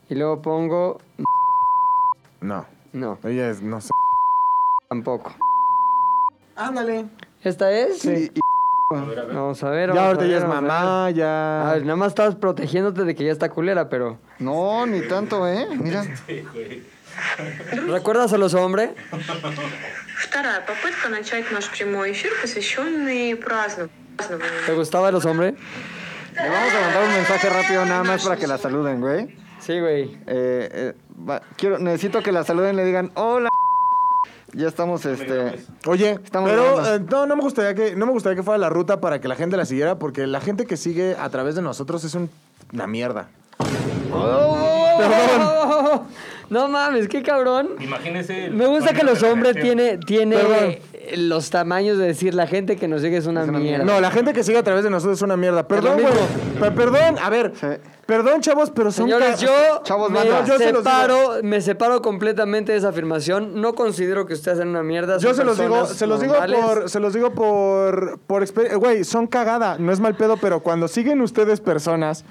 Y luego pongo.
No,
No,
ella es, no sé.
tampoco.
Ándale.
¿Esta es?
Sí, y
A ver, a ver.
Vamos a ver.
ya
vamos a
ahorita
ver,
ya es
vamos a ver.
mamá, ya...
A ver, nada más estabas protegiéndote de que ya está culera, pero.
No, ni tanto, ¿eh? Mira.
Sí, güey.
¿Recuerdas a los hombres?
Вторая попытка начать наш прямой эфир, посвященный празднованию.
¿Te gustaba los hombres?
Le vamos a mandar un mensaje rápido nada más para que la saluden, güey.
Sí, güey.
Eh, eh, va- quiero, necesito que la saluden y le digan, hola. Ya estamos, este...
Oye,
Estamos
pero
grabando.
eh, no, no me gustaría que no me gustaría que fuera la ruta para que la gente la siguiera, porque la gente que sigue a través de nosotros es un- una mierda.
No mames, qué cabrón.
Imagínese. el
Me gusta que
sonido
los
de la
hombres
reacción.
tiene,
Perdón.
tiene los tamaños de decir la gente que nos sigue es una mierda.
No, la gente que sigue a través de nosotros es una mierda. Perdón,
lo
güey.
mismo.
Pe- Perdón, a ver.
Sí.
Perdón, chavos, pero son
Señores,
ca-
yo
Chavos,
me
banda.
Yo se los
separo, me separo completamente de esa afirmación. No considero que ustedes sean una mierda.
Yo
son
se los digo,
personas
se los digo
normales.
por, se los digo por, por exper- eh, güey, son cagada, no es mal pedo, pero cuando siguen ustedes personas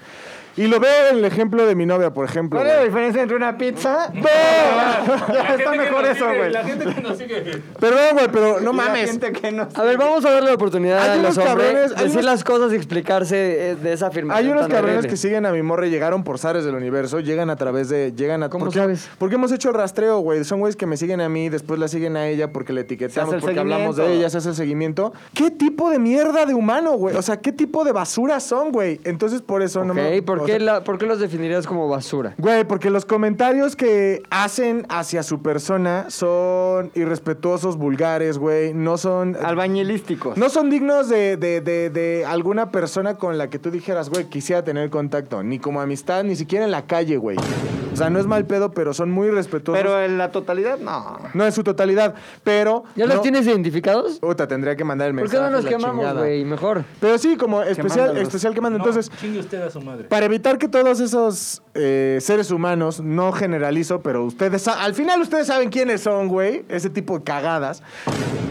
y lo veo en el ejemplo de mi novia, por ejemplo.
¿Cuál es la
güey.
diferencia entre una pizza?
La gente
Está
que
mejor
nos
eso,
sigue,
güey.
La gente que nos sigue.
Perdón, güey, pero no
Y la
mames.
gente que nos-
A ver, vamos a darle la oportunidad
Hay
a los
unos cabrones,
hombres
hay
decir
unos-
las cosas y explicarse eh, de esa afirmación.
Hay unos
tan
cabrones
horrible.
que siguen a mi morra y llegaron por zares del universo, llegan a través de, llegan a.
¿Cómo
porque-
sabes?
Porque hemos hecho rastreo, güey. Son güeyes que me siguen a mí, después la siguen a ella porque le
Se hace
etiquetamos,
el
porque hablamos de
seguimiento.
ella, se hace el seguimiento. ¿Qué tipo de mierda de humano, güey? O sea, ¿qué tipo de basura son, güey? Entonces por eso no me.
Ok, ¿por
o
qué,
sea,
la- ¿por qué los definirías como basura?
Güey, porque los comentarios que hacen hacia su persona son irrespetuosos, vulgares, güey. No son.
Albañilísticos.
No son dignos de, de- de- de alguna persona con la que tú dijeras, güey, quisiera tener contacto. Ni como amistad, ni siquiera en la calle, güey. O sea, no es mal pedo, pero son muy respetuosos. Ah,
Pero eh, en la totalidad, no.
No en su totalidad, pero...
¿Ya
no-
los tienes identificados?
Puta, tendría que mandar el
¿Por
mensaje.
qué no nos
la
quemamos,
chingada.
güey? Mejor.
Pero sí, como especial,
Quemándolos.
especial que manda.
No,
Entonces,
Chingue usted a su madre.
para evitar que todos esos eh, seres humanos, no generalizo, pero ustedes, sa- al final ustedes saben quiénes son, güey, ese tipo de cagadas,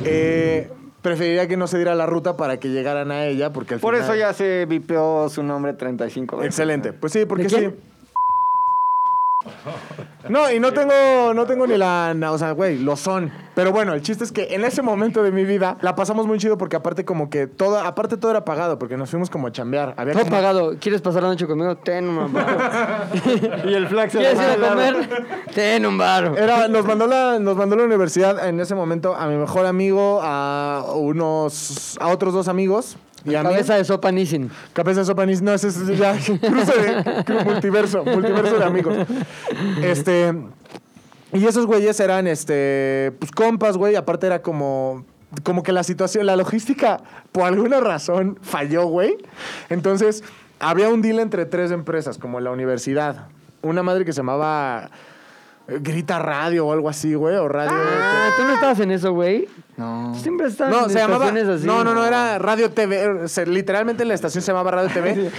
eh, preferiría que no se diera la ruta para que llegaran a ella, porque al
Por
final...
eso ya se vipeó su nombre 35 veces.
Excelente. Pues sí, porque
¿De
sí.
quién?
No, y no tengo, no tengo ni la... na- o sea, güey, lo son. Pero bueno, el chiste es que en ese momento de mi vida la pasamos muy chido porque aparte como que todo, aparte todo era pagado porque nos fuimos como a chambear. Había
Todo
como-
pagado. ¿Quieres pasar la noche conmigo? Ten un varo.
Y el flag se
¿Quieres
la
ir a
mandó.
comer? Ten un varo.
Era, nos, mandó la, nos mandó la universidad en ese momento a mi mejor amigo, a unos, a otros dos amigos y a mí.
Cabeza de sopa Nissin.
Cabeza de sopanis, no, ese es ya cruce de cru- multiverso, multiverso de amigos. Este. Y esos güeyes eran este. Pues compas, güey. Aparte era como. Como que la situación, la logística, por alguna razón, falló, güey. Entonces, había un deal entre tres empresas, como la universidad. Una madre que se llamaba. eh, Grita Radio o algo así, güey. O radio.
Ah, tú no estabas en eso, güey.
No.
Siempre estás
No,
en
se llamaba.
estaciones así.
No, no, no, era Radio TV. eh, se- literalmente la estación se llamaba Radio TV.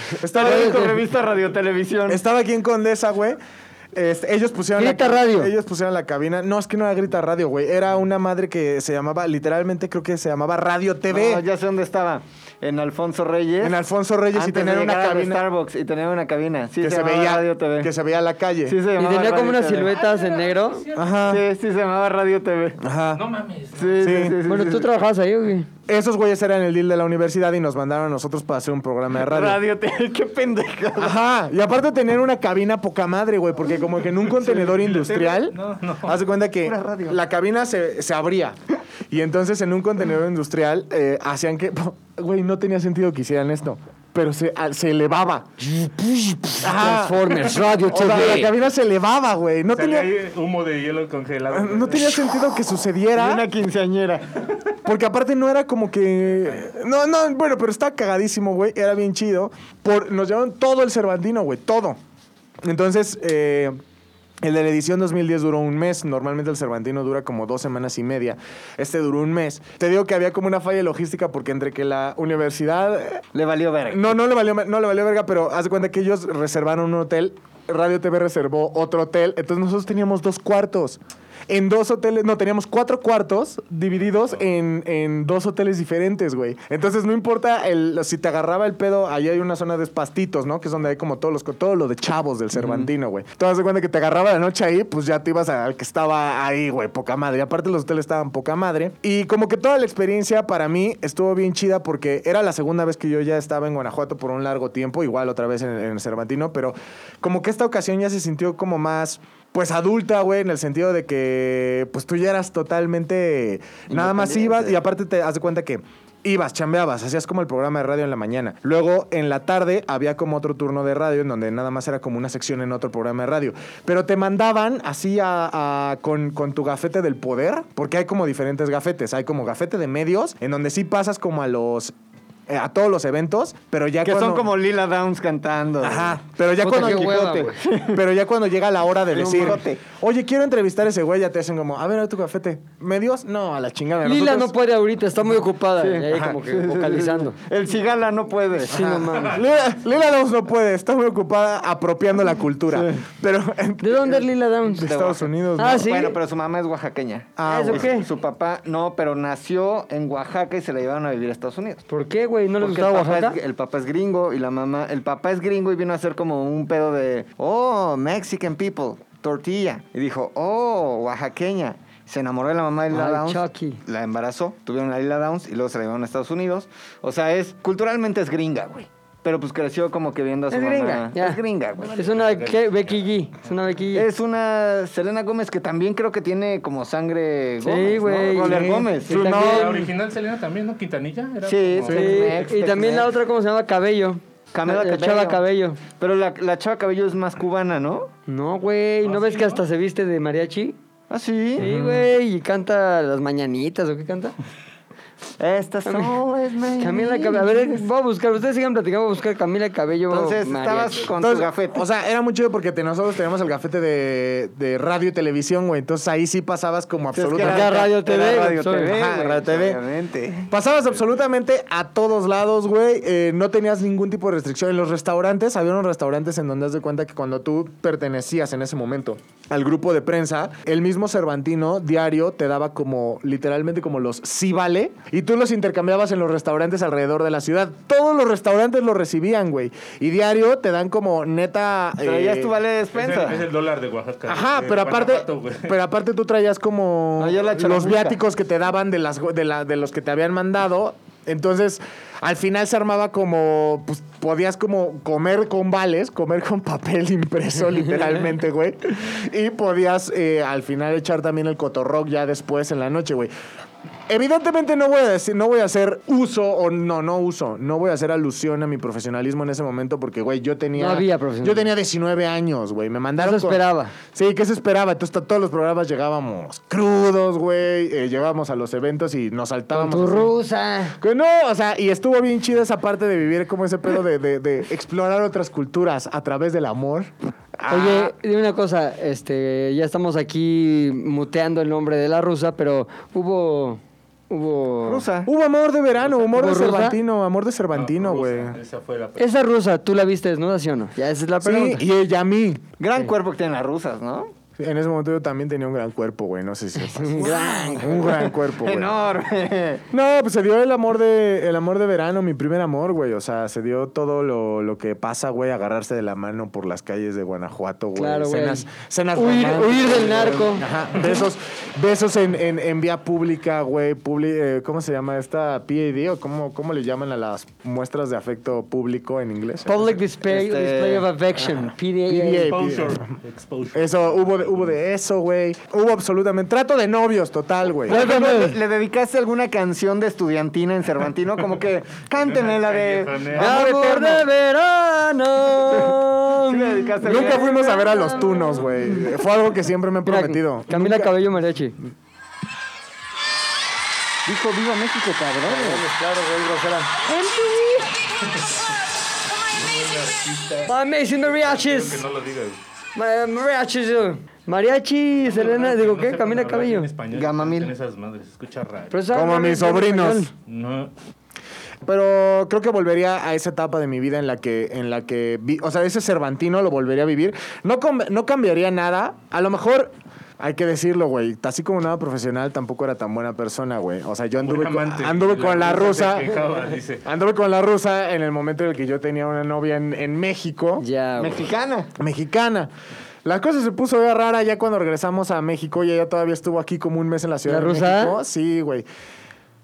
Estaba
Estaba,
en tu revista Radio Televisión.
estaba aquí en Condesa, güey. Este, ellos pusieron
Grita
la,
Radio.
Ellos pusieron la cabina. No, es que no era Grita Radio, güey. Era una madre que se llamaba, literalmente creo que se llamaba Radio TV.
No, ya sé dónde estaba. En Alfonso Reyes.
En Alfonso Reyes y
Antes
tenían
de
una
llegar a
cabina
Starbucks y tenían una cabina. Sí,
que se,
llamaba
veía
Radio TV.
que se veía la calle.
Sí, se
Y
llamaba
tenía como
Radio
unas
TV.
siluetas en negro.
Ajá.
Sí, sí, se llamaba Radio TV.
Ajá.
No mames.
Sí, sí,
Sí.
sí. sí,
Bueno,
sí,
tú
sí.
trabajabas ahí, güey.
Esos güeyes eran el deal de la universidad y nos mandaron a nosotros para hacer un programa de radio.
Radio TV, qué pendejo.
Ajá, y aparte tener una cabina poca madre, güey, porque como que en un contenedor industrial, haz de cuenta que
Pura radio.
la cabina se, se abría. Y entonces en un contenedor industrial eh, hacían que, güey, no tenía sentido que hicieran esto. pero se, al- se elevaba. Ajá.
Transformers, Radio
Ah. O sea, la
TV.
cabina se elevaba, güey. No
Salía
tenía,
ahí humo de hielo congelado.
no tenía sentido que
Y
sucediera.
una quinceañera.
Porque aparte no era como que. No, no, bueno, pero está cagadísimo, güey. Era bien chido. Por, nos llevaron todo el Cervantino, güey, todo. Entonces, eh, el de la edición 2010 duró un mes. Normalmente el Cervantino dura como dos semanas y media. Este duró un mes. Te digo que había como una falla logística porque entre que la universidad. eh,
Le valió ver.
No, no le valió, no le valió verga, pero haz de cuenta que ellos reservaron un hotel. Radio TV reservó otro hotel. Entonces nosotros teníamos dos cuartos. En dos hoteles, no, teníamos cuatro cuartos divididos en, en dos hoteles diferentes, güey. Entonces no importa el, si te agarraba el pedo, ahí hay una zona de espastitos, ¿no? Que es donde hay como todos los, todo lo de chavos del Cervantino, güey. Entonces haz de cuenta que te agarraba la noche ahí, pues ya te ibas al que estaba ahí, güey, poca madre. Y aparte los hoteles estaban poca madre. Y como que toda la experiencia para mí estuvo bien chida porque era la segunda vez que yo ya estaba en Guanajuato por un largo tiempo, igual otra vez en, en el Cervantino, pero como que esta ocasión ya se sintió como más... Pues adulta, güey, en el sentido de que pues tú ya eras totalmente... Nada más ibas y aparte te das cuenta que ibas, chambeabas, hacías como el programa de radio en la mañana. Luego en la tarde había como otro turno de radio en donde nada más era como una sección en otro programa de radio. Pero te mandaban así a, a- con, con tu gafete del poder, porque hay como diferentes gafetes. Hay como gafete de medios, en donde sí pasas como a los... eh, A todos los eventos, pero ya
Que son
cuando-
como Lila Downs cantando.
Ajá, pero ya
Puta,
cuando
qué hueva,
pero ya cuando llega la hora de
Era un
decir,
brote.
oye, quiero entrevistar a ese güey, ya te hacen como, a ver, a tu gafete. ¿Medios? No, a la chingada.
Lila
Nosotros-
no puede ahorita, está muy ocupada. y ahí
ajá.
como que vocalizando.
El cigala no puede.
Sí, no mames.
Lila, Lila Downs no puede, está muy ocupada apropiando la cultura. Pero
¿De dónde es Lila Downs?
De Estados Unidos,
Ah,
¿no?
sí.
Bueno, pero su mamá es oaxaqueña.
Ah, ¿Eso
Y
qué?
Su papá, no, pero nació en Oaxaca y se la llevaron a vivir a Estados Unidos.
¿Por qué, güey? ¿No les
Porque el
gustaba
papá,
Oaxaca?
es, el papá es gringo y la mamá, el papá es gringo y vino a hacer como un pedo de, oh, Mexican people, tortilla. Y dijo, oh, oaxaqueña. Se enamoró de la mamá de Lila
Ay,
Downs,
Chucky.
la embarazó, tuvieron a Lila Downs y luego se la llevaron a Estados Unidos. O sea, es culturalmente es gringa, güey. Pero pues creció como que viendo a su
Es
mamá.
gringa, ya.
Es gringa, güey.
Es una ¿qué? Becky G. Es una Becky G.
Es una Selena Gómez que también creo que tiene como sangre
Sí,
Gómez,
güey,
¿no? Roller
sí.
Gómez.
Sí,
Su
también.
nombre-
La original Selena también, ¿no? Quintanilla. Era
Sí,
como-
sí. Tex-Mex,
Sí, y también la
Tex-Mex.
otra, ¿cómo se llama? Cabello.
Camila
La- la Chava Cabello.
Pero la, la chava cabello es más cubana, ¿no?
No, güey. ¿No
¿Ah,
ves
sí,
que
no?
hasta se viste de mariachi?
Ah, sí.
Sí, güey. Y canta las mañanitas, ¿o qué canta?
Estas son las mañanas.
Camila Cabello. A ver, voy a buscar. Ustedes sigan platicando, voy a buscar Camila Cabello.
Entonces
mariachi.
estabas con
Entonces,
tu gafete.
O sea, era muy chido porque te- nosotros teníamos el gafete de, de radio y televisión, güey. Entonces ahí sí pasabas como
Entonces,
absolutamente.
era Radio TV,
Era radio
soy-
TV.
Ajá,
güey,
Radio TV.
Obviamente.
Pasabas absolutamente a todos lados, güey. Eh, no tenías ningún tipo de restricción. En los restaurantes, había unos restaurantes en donde haz de cuenta que cuando tú pertenecías en ese momento al grupo de prensa, el mismo Cervantino diario te daba como, literalmente como los sí vale, y tú los intercambiabas en los restaurantes alrededor de la ciudad. Todos los restaurantes los recibían, güey. Y diario te dan como neta...
Traías
eh,
tu vale de
Es el,
despensa.
es el dólar de Oaxaca.
Ajá,
de
pero aparte,
este, Guanajuato, güey.
pero aparte tú traías como
Ah,
No, yo la
los
chalamusca.
viáticos que te daban de las de, la- de los que te habían mandado. Entonces, al final se armaba como pues podías como comer con vales, comer con papel impreso literalmente, güey. Y podías eh, al final echar también el cotorrock ya después en la noche, güey. Evidentemente no voy a decir, no voy a hacer uso o no, no uso, no voy a hacer alusión a mi profesionalismo en ese momento porque, güey, yo tenía,
No había
yo
profesionalismo.
tenía 19 años, güey, me mandaron.
Eso
con-
esperaba.
Sí, que se esperaba. Entonces, to- todos los programas llegábamos crudos, güey. eh, llegábamos a los eventos y nos
Con
saltábamos.
tu
así.
rusa.
Que no, o sea, y estuvo bien chida esa parte de vivir como ese pedo de, de- de explorar otras culturas a través del amor.
Oye,
Ah,
dime una cosa, este, ya estamos aquí muteando el nombre de la rusa, pero hubo, hubo.
Rusa.
Hubo amor de verano, amor de
Ah. ¿Rusa?
Cervantino, amor de
No,
Cervantino,
Ah, rusa,
güey.
Esa fue la
Esa rusa, ¿tú la viste desnuda, sí o no? Ya esa es la
Sí,
pregunta.
y ella a mí.
Gran cuerpo que tienen las rusas, ¿no?
En ese momento yo también tenía un gran cuerpo, güey. No sé si.
Un gran- Eh,
un gran cuerpo, güey.
Enorme.
No, pues se dio el amor de el amor de verano, mi primer amor, güey. O sea, se dio todo lo, lo que pasa, güey, agarrarse de la mano por las calles de Guanajuato, güey.
Claro, güey.
cenas, cenas
Huir-
románticas,
huir del
güey.
narco.
Ajá. Besos, besos en, en, en vía pública, güey. Publi- eh, ¿Cómo se llama esta PAD o cómo, cómo le llaman a las muestras de afecto público en inglés?
Public display,
Este-
display of affection, PDA.
PDA.
exposure. exposure.
Eso hubo, hubo de eso, güey. Hubo absolutamente. Trato de novios, total, güey.
Por ejemplo, ¿Le, le dedicaste alguna canción de estudiantina en Cervantino? Como que cántenle la de
Callejonera.
Amor
Amor
Eterno.
de
Sí le
verano.
dedicaste alguna-
Nunca fuimos a ver a los tunos, güey. Fue algo que siempre me han prometido.
Camila Cabello Mariachi.
Dijo Viva México, cabrón.
Claro, güey, grosera.
Amazing
Que
Mariachis.
no lo digas.
Ma- Mariachis. eh. Mariachi, Selena, digo, ¿qué? Camila Cabello.
En español.
Gamamil.
En esas madres, escucha raro.
Pero esa
Como
no
a mis
es en
sobrinos.
español.
No.
Pero creo que volvería a esa etapa de mi vida en la que, en la que vi- o sea, ese Cervantino lo volvería a vivir. No, com- no cambiaría nada. A lo mejor, hay que decirlo, güey, así como nada profesional, tampoco era tan buena persona, güey. O sea, yo anduve,
Buen
con,
amante.
anduve con la rusa.
se quejaba, dice.
Anduve con la rusa en el momento en el que yo tenía una novia en, en México,
Ya, güey.
Mexicana.
mexicana. La cosa se puso ya rara ya cuando regresamos a México y ella todavía estuvo aquí como un mes en la ciudad
¿La
de
rusa?
México. Sí, güey.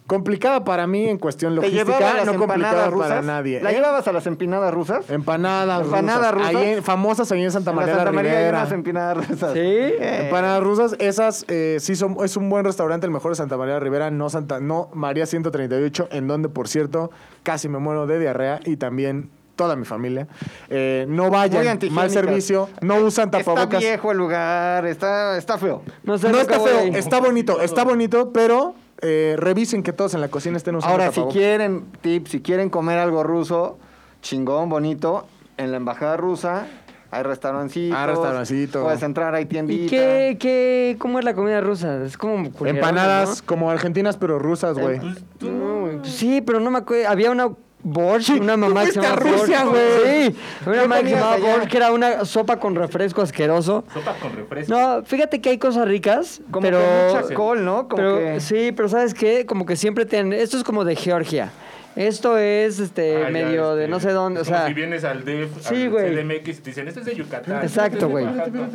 Complicada para mí en cuestión
¿Te llevaba a
logística,
las
no complicada
empanadas rusas?
para nadie.
¿La
¿Eh?
llevabas a las empinadas rusas?
Empanadas,
Empanadas
rusas.
rusas.
Ahí en- famosas ahí en Santa
En la
María
Santa
la
María hay
Ribera.
unas empinadas rusas.
¿Sí?
Eh,
Empanadas rusas, esas eh, sí son, es un buen restaurante, el mejor de Santa María de Rivera, no Santa, no María 138, en donde por cierto casi me muero de diarrea y también toda mi familia. Eh, no
Muy
vayan, mal
antihigiénicas.
servicio, no usan
Está
tapabocas.
viejo el lugar, está, está feo.
No sé,
No
nunca
está
voy
feo,
ahí.
está bonito, está bonito, pero eh, revisen que todos en la cocina estén usando
Ahora, si
tapabocas.
quieren, tip, si quieren comer algo ruso, chingón, bonito, en la embajada rusa hay restaurancitos.
Ah, restaurancito.
Puedes entrar, hay tiendita.
¿Y qué, qué, cómo es la comida rusa? Es como culerona,
Empanadas como argentinas, pero rusas, güey.
Pues
¿no?
tú.
No, güey, Sí, pero no me acuerdo. Había una borsch, una mamá que se
fuiste
llamaba
a Rusia,
borsch.
güey.
Sí, una mamá que se
comías
llamaba
allá?
borsch, que era una sopa con refresco asqueroso.
Sopa con refresco.
No, eh, fíjate que hay cosas ricas,
Como
pero...
que mucha col, ¿no? Como
pero-
que-
Sí, pero ¿sabes qué? Como que siempre tienen... Esto es como de Georgia. Esto es, este,
Ah, ya,
medio de
este,
no sé dónde, o
es como
sea...
si vienes al DF,
Sí,
al
güey.
CDMX y te dicen, este es de Yucatán.
Exacto,
este es de
güey.
Oaxaca".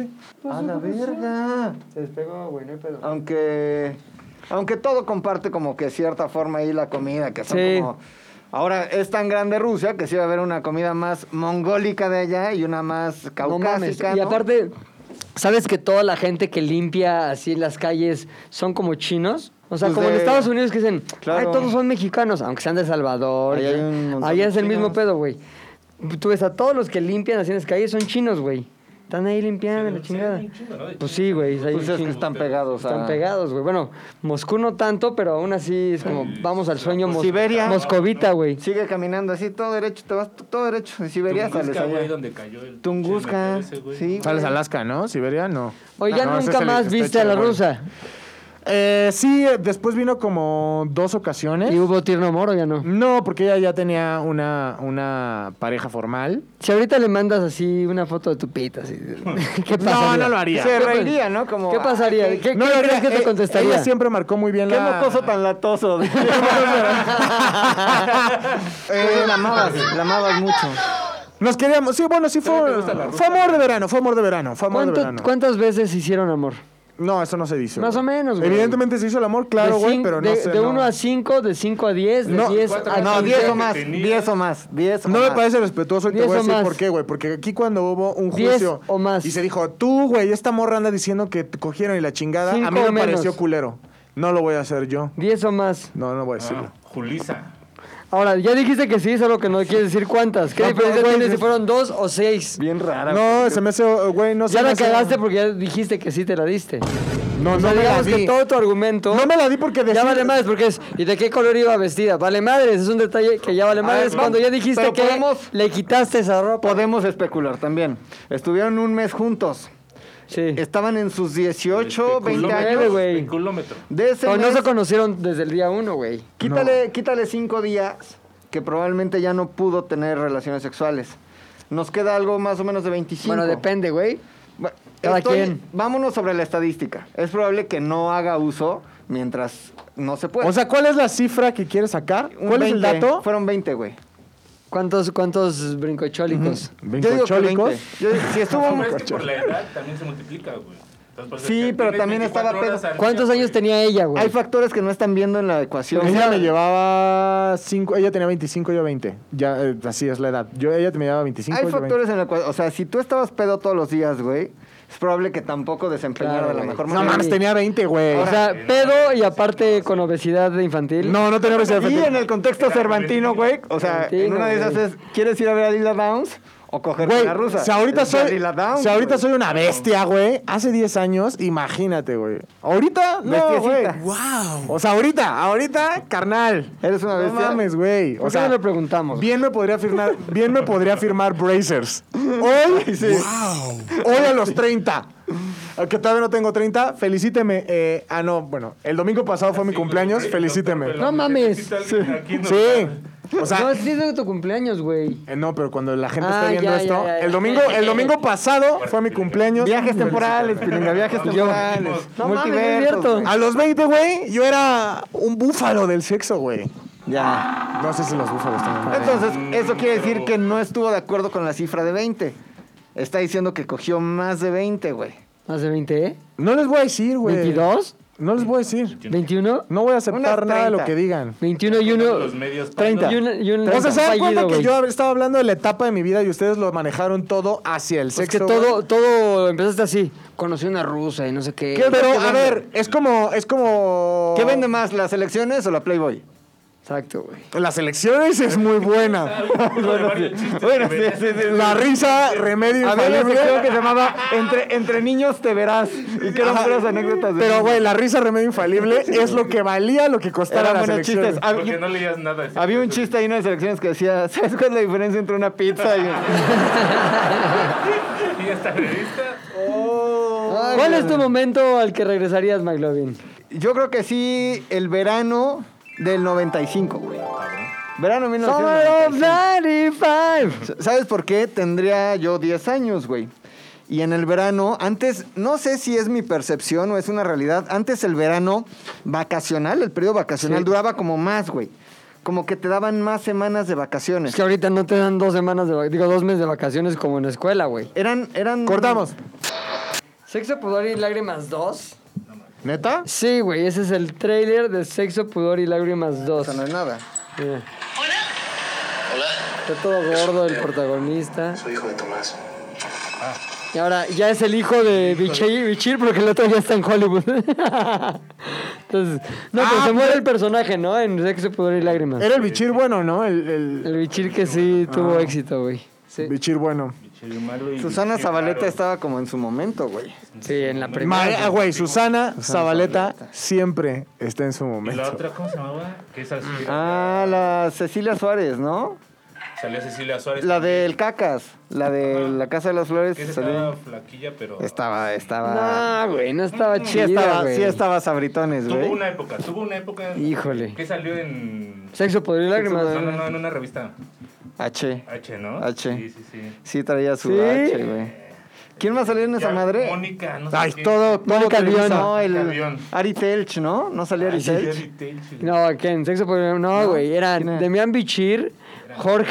A la verga.
Se despegó, güey, no hay pedo.
Aunque, aunque todo comparte como que cierta forma ahí la comida, que son
Sí.
como... Ahora, es tan grande Rusia que sí va a haber una comida más mongólica de allá y una más
No mames.
caucásica,
Y
¿no?
aparte, ¿sabes que toda la gente que limpia así las calles son como chinos? O sea,
Pues
como en
de-
Estados Unidos que dicen,
Claro.
ay, todos son mexicanos, aunque sean de El Salvador.
Ahí hay un montón
Allá
de
es el mismo
chinos.
pedo, güey. Tú ves a todos los que limpian así en las calles son chinos, güey. Están ahí limpiando la
Sí,
chingada.
hay un chingo, ¿no? De
Pues
chinos.
sí, güey. hay un
Pues es que
chingo.
están pegados a...
Están pegados, güey. Bueno, Moscú no tanto, pero aún así es como, vamos al sueño mos-
Siberia.
moscovita, güey.
Sigue caminando así, todo derecho, te vas todo derecho. En Siberia
Tunguska,
sales
güey,
allá.
donde cayó el
Tunguska,
pinche meteoro ese, güey.
sí.
Sales a Alaska, ¿no? Siberia, no.
Oye, ya
No, ese es
nunca
el-
más
está
viste a la
Chernobyl.
rusa.
Eh, sí, eh, después vino como dos ocasiones.
¿Y hubo tierno moro ya no?
No, porque ella ya tenía una, una pareja formal.
Si ahorita le mandas así una foto de tu pita, así. ¿Qué pasaría?
No, no lo haría.
Se
¿Qué pa-
reiría, ¿no? Como,
"Ah,
¿Qué pasaría?
"Ay,
¿Qué,
no
qué
lo
crees
haría.
que te
Eh,
contestaría?
Ella siempre marcó muy bien
Qué
la...
mocoso tan latoso. Eh, la amabas, la amabas mucho.
Nos queríamos... Sí, bueno, sí fue... Fue amor de verano, fue amor de verano, fue amor de
¿Cuánto-
verano.
¿Cuántas veces hicieron amor?
No, eso no se dice.
Más
güey.
o menos, güey.
Evidentemente se hizo el amor, claro,
De
güey,
cin-
pero no
de,
sé.
De
no.
1 a 5, de 5 a 10, de
No,
10
cuatro
a
veces.
No,
15.
10 o más,
Tenía.
10 o más, 10 o
No
más.
me parece respetuoso y te
Diez
voy a
o
decir
más.
por qué, güey. Porque aquí cuando hubo un
Diez
juicio
o más.
y se dijo, tú, güey, esta morra anda diciendo que te cogieron y la chingada,
Cinco
a mí me
o menos.
pareció culero. No lo voy a hacer yo.
10 o más.
No, no voy a decirlo.
Ah, Julisa.
Ahora, ya dijiste que sí, solo que no quieres decir cuántas. ¿Qué
No, pero,
diferencia
güey, pues,
tiene
yo-
si fueron 2 o 6?
Bien rara.
No, se me hace, eh, güey, no se
Ya
me
la
hace-
cagaste porque ya dijiste que sí te la diste.
No,
O
Pues no
sea,
me la
digamos que
di.
todo tu argumento.
No me la di porque decía.
Ya vale madres porque es. ¿Y de qué color iba vestida? Vale madres, es un detalle que ya vale madres.
no,
cuando ya dijiste
pero
que
podemos-
le quitaste esa ropa.
Podemos especular también. Estuvieron un mes juntos.
Sí.
Este
Estaban en sus 18, 20
Especuló.
años.
güey.
El Este, culómetro.
De ese
Pero no
mes,
se conocieron desde el día uno, güey.
quítale, quítale 5 días que probablemente ya no pudo tener relaciones sexuales. Nos queda algo más o menos de 25.
Bueno, depende, güey.
Bueno,
Cada
estoy-
quien.
Vámonos sobre la estadística. Es probable que no haga uso mientras no se pueda.
O sea, ¿cuál es la cifra que quieres sacar?
Un
¿Cuál es el
20,
dato?
Fueron 20, güey.
¿Cuántos, cuántos brincochólicos?
Yo digo que
¿Vincochólicos?
20. Yo digo- si estuvo
No,
un-
pero es que por la edad también se multiplica, güey. Entonces, pues,
Sí,
este,
pero
tienes
también estaba
24 horas
pedo.
al
¿Cuántos
día,
años
güey.
tenía ella, güey?
Hay factores que no están viendo en la ecuación.
Ella Pues me llevaba 5, ella tenía 25, yo 20. Ya, eh, así es la edad. Yo, ella me llevaba 25,
Hay
yo 20.
factores en la ecuación. O sea, si tú estabas pedo todos los días, güey, es probable que tampoco desempeñara
Claro,
de la
güey.
mejor
No
manera.
mames, tenía 20, güey.
O sea, pedo y aparte con obesidad infantil.
eh, no, no tenía obesidad
y
infantil.
en el contexto cervantino, güey, o sea, en
Cervantino,
una de esas
güey.
es, ¿quieres ir a ver a Lila Downs o coger
Güey,
una rusa?
si ahorita
Es ver
soy,
Lila Downs,
si ahorita
güey.
soy una bestia, güey, hace 10 años, imagínate, güey. Ahorita, no, güey.
Bestiecita.
Wow. O sea, ahorita, ahorita, carnal.
Eres una
No
bestia.
mames, güey. O
¿Por qué
sea,
no le preguntamos?
bien me podría firmar, bien me podría firmar Brazers. Hoy, hoy a los 30. Aunque todavía no tengo 30, felicíteme. eh, ah, no, bueno, el domingo pasado fue mi
Sí, pues,
cumpleaños,
güey, eh,
felicíteme.
doctor,
No mames.
necesita alguien aquí, no,
Sí. O sea,
No, sí es de tu cumpleaños, güey.
eh, No, pero cuando la gente
Ah,
está viendo
ya, ya,
esto,
ya, ya.
el domingo, el domingo pasado fue mi cumpleaños.
Viajes temporales, pilinga, viajes
Yo-
temporales.
No mames,
Multiversos,
es cierto.
güey.
A los 20, güey, yo era un búfalo del sexo, güey.
Ah.
Ya.
No sé si los búfalos también.
Entonces, eso quiere decir que no estuvo de acuerdo con la cifra de 20. Está diciendo que cogió más de 20, güey.
¿Más de 20, eh?
no les voy a decir, güey.
¿22?
No les voy a decir.
¿21?
No voy a aceptar
Unas
nada de lo
30.
que digan.
21 y
Todos
uno.
los medios
30.
Y un, y un
O sea, se dan cuenta
fallido,
que
güey.
yo estaba hablando de la etapa de mi vida y ustedes lo manejaron todo hacia el
Es
sexo.
Pues que todo, todo empezaste así. Conocí una rusa y no sé qué.
güey. Pero, a ver, es como, es como.
¿Qué vende más, las elecciones o la Playboy?
Exacto, güey.
Las elecciones es muy buena.
Bueno, sí,
Bueno, sí, sí, sí.
La risa, remedio
Había una
infalible.
sección que se llamaba entre, entre niños te verás. Y que eran
Ajá.
puras anécdotas. de
Pero,
niños.
güey, la risa remedio infalible es lo que valía lo que costara
Eran
las
buenos
elecciones.
chistes. Hab-
Porque no leías nada. sí.
Había un chiste ahí en las elecciones que decía, ¿sabes cuál es la diferencia entre una pizza y un-?"
Y esta revista.
¿Cuál es tu momento al que regresarías, McLovin?
Yo creo que sí, el verano del 95, güey. Verano
Summer of
1995.
95.
¿Sabes por qué? Tendría yo 10 años, güey. Y en el verano, antes, no sé si es mi percepción o es una realidad, antes el verano vacacional, el periodo vacacional
Sí.
duraba como más, güey. Como que te daban más semanas de vacaciones.
Es que ahorita no te dan dos semanas de vac- digo, dos meses de vacaciones como en la escuela, güey.
Eran, eran...
Cortamos.
¿Sexo, pudor y lágrimas 2?
¿Neta?
Sí, güey, ese es el trailer de Sexo, pudor y lágrimas 2.
O sea, no es nada.
Mira,
Hola,
está todo gordo el protagonista. Ah.
soy hijo de Tomás.
Y ahora ya es el hijo de Bichir, Bichir porque el otro ya está en Hollywood. Entonces, no, pero
Ah,
se muere
pero-
el personaje, ¿no? En Sexo, pudor y lágrimas.
Era el bichir bueno, ¿no? El, el-
El Bichir que
Ah.
sí tuvo éxito, güey. Sí.
bichir bueno.
Chirumalo y-
Susana
qué
Zabaleta
raro.
estaba como en su momento, güey.
Sí, en la primera.
Ma- ah, güey, Susana Zabaleta siempre está en su
Y la
momento.
otra, ¿cómo se llamaba? Que es así.
Ah, la Cecilia Suárez, ¿no?
Salió Cecilia Suárez.
La del Cacas, la de la Casa de las Flores.
Que esa
salió-
estaba flaquilla, pero.
Estaba, estaba.
No, Ah, güey, no estaba
Ah. sí
chida,
estaba,
güey.
sí estaba sabritones,
Tuvo
güey.
una época, tuvo una época.
Híjole.
Que salió en.
Sexo, pudor y lágrimas.
No, no,
güey.
no, en una revista.
H.
H, ¿no?
H.
Sí, sí, sí.
Sí traía su
¿Sí?
H, güey. ¿Quién más salió en esa
Ya,
madre?
Mónica, no sé.
Ah,
Ay,
qué.
todo, todo
Mónica
Televisa.
León.
No, el
Avión.
Ari Telch, ¿no? ¿No salió Ari
Ah, Sí,
Telch?
Jerry Telch.
No, ¿qué? ¿En sexo por No, güey. Era
¿Quién era?
Demian Bichir,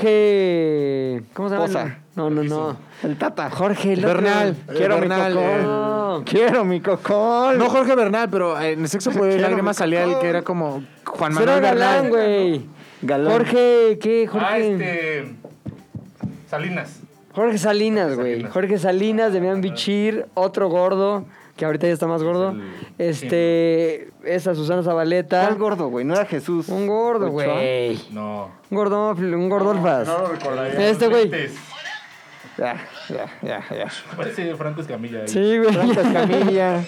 Jorge. ¿Cómo se llama?
Poza.
No, no, no.
El Eh, Tata.
Jorge el eh. otro.
Bernal.
Quiero mi
Bernal,
cocón.
No.
Quiero mi cocón.
No Jorge Bernal, pero en el sexo fue
Quiero
lágrimas
mi
salía el que
cocón.
era como Juan
Pero era
Manuel
galán,
Bernal.
güey.
Galán.
Jorge, ¿qué? Jorge.
Ah, este. Salinas.
Jorge Salinas, güey. Jorge Salinas, Demian Bichir, otro gordo, que ahorita ya está más gordo. Este, esa Susana Zabaleta.
¿Cuál gordo, güey? No era Jesús.
Un gordo,
Ochoa.
güey.
No.
Un gordo, un gordolfas. Este, güey.
Ya, ya, ya, ya.
Parece Pues Franco Escamilla. ahí.
Sí, güey.
Franco Escamilla.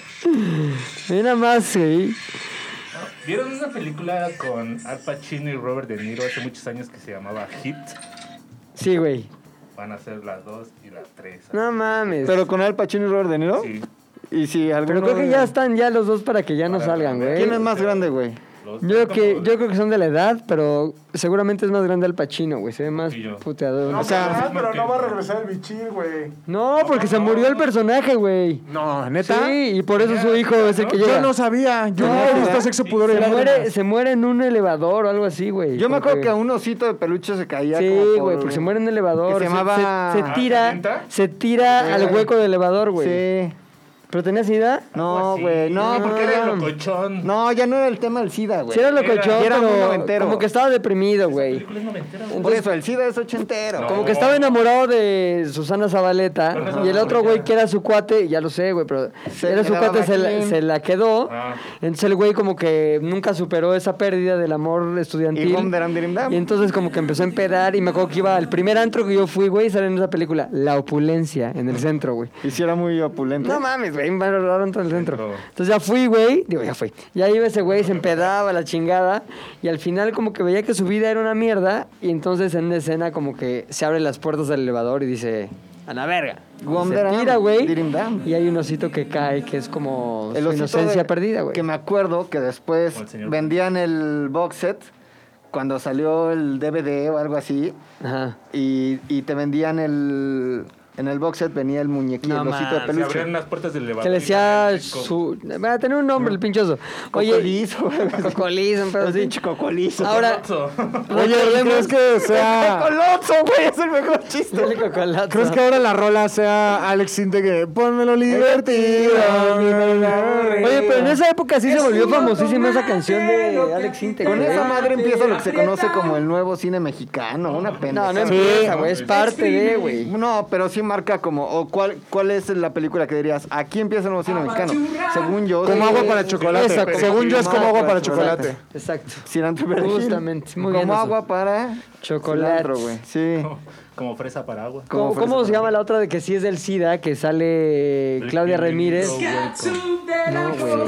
Mira más, güey.
¿Vieron una película con Al Pacino y Robert De Niro hace muchos años que se llamaba Hit?
Sí, güey.
Van a ser las dos y las tres.
No mames.
Pero con Al Pacino y Robert De Niro.
Sí,
Y si alguno...
Pero creo que ya eh, están ya los dos para que ya no
Para-
salgan, güey.
¿Quién es más grande, güey?
los-
Yo creo, que,
Pues, como-
yo creo que son de la edad, pero seguramente es más grande al Pachino, güey. Se ve más
Sí, yo.
puteador.
No,
No,
O sea,
pero no va a regresar el bichir, güey.
porque se murió el personaje, güey.
No, neta.
Sí, y por eso su hijo es el que llega.
Yo no sabía. Yo
No,
no, he visto
¿verdad?
sexo, pudor y
se,
lágrimas.
muere, se muere en un elevador o algo así, güey.
Yo me
Como
acuerdo que a un osito de peluche se caía
Sí,
como por-
güey, porque se muere en un elevador.
Que se
Se-
llamaba-
Se, se
Ah,
tira,
¿setenta?
se tira al hueco del elevador, güey.
Sí.
¿Pero tenías idea?
No, güey, no,
Pues porque era
no.
el locochón.
No, ya no era el tema del SIDA, güey.
Si era locochón,
Era muy
pero
noventero.
como que estaba deprimido, güey.
película es noventera, güey.
Por eso, el SIDA es ochentero.
No.
Como que estaba enamorado de Susana
Pero no
Zabaleta
es
y el otro
noventera.
güey que era su cuate, ya lo sé, güey, pero
Se
era su
quedaba
cuate, se la,
aquí.
se la quedó.
Ah.
Entonces el güey como que nunca superó esa pérdida del amor estudiantil.
Y bom, deram, dirim, dam.
Y entonces como que empezó a empedar y me acuerdo que iba al primer antro que yo fui, güey, y sale en esa película, La Opulencia, en el centro, güey.
Y si era muy opulento.
No mames, güey, me agarraron todo el centro.
Todo.
Entonces ya fui, güey, digo, ya fui. Ya iba ese güey, se empedaba la chingada y al final como que veía que su vida era una mierda y entonces en una escena como que se abren las puertas del elevador y dice, a la verga. Y
Wonder
se tira,
Am,
güey.
dirim dam.
Y hay un osito que cae que es como su
osito
inocencia
de-
perdida, güey.
Que me acuerdo que después
Como el señor-
vendían el box set cuando salió el DVD o algo así.
Ajá.
Y, y te vendían el. En el box set venía el muñequito,
No
el osito
mames,
de
Se
peluche.
abrían las puertas del elevador.
Que le
y
decía
salía el disco.
su... Va a tener un nombre el pinchoso.
Cocolizo, güey.
Cocolizo, un pedo
El
así.
pinche cocolizo.
Ahora...
Cocolozo.
Oye, ¿y
recordemos-
¿crees que sea.
¡Cocolozo, güey! Es el mejor chiste.
Dale cocolazo.
¿Crees que ahora la rola sea Alex Sinte que pónmelo divertido? mi bailar"?
Oye, pero en esa época sí se volvió famosísima esa canción de Alex Intec.
Con
güey.
esa madre empieza lo que se conoce como el nuevo cine mexicano, una
No,
pendeja.
no
Sí.
empieza, güey. Es parte de, güey.
No, pero sí marca como, o cuál, cuál es la película que dirías, aquí empieza el nuevo cine mexicano. Según yo.
Como
sí,
agua
es-
para chocolate.
Exacto.
Según yo es como agua para chocolate.
Exacto.
Cilantro y perejil.
Justamente, muy
como
bien eso.
agua para
Chocolate. Oh,
cilantro, güey. Sí.
Como- Como fresa para agua.
¿Cómo,
fresa
cómo se llama la otra de que sí es del SIDA, que sale Claudia Ramírez? No, güey.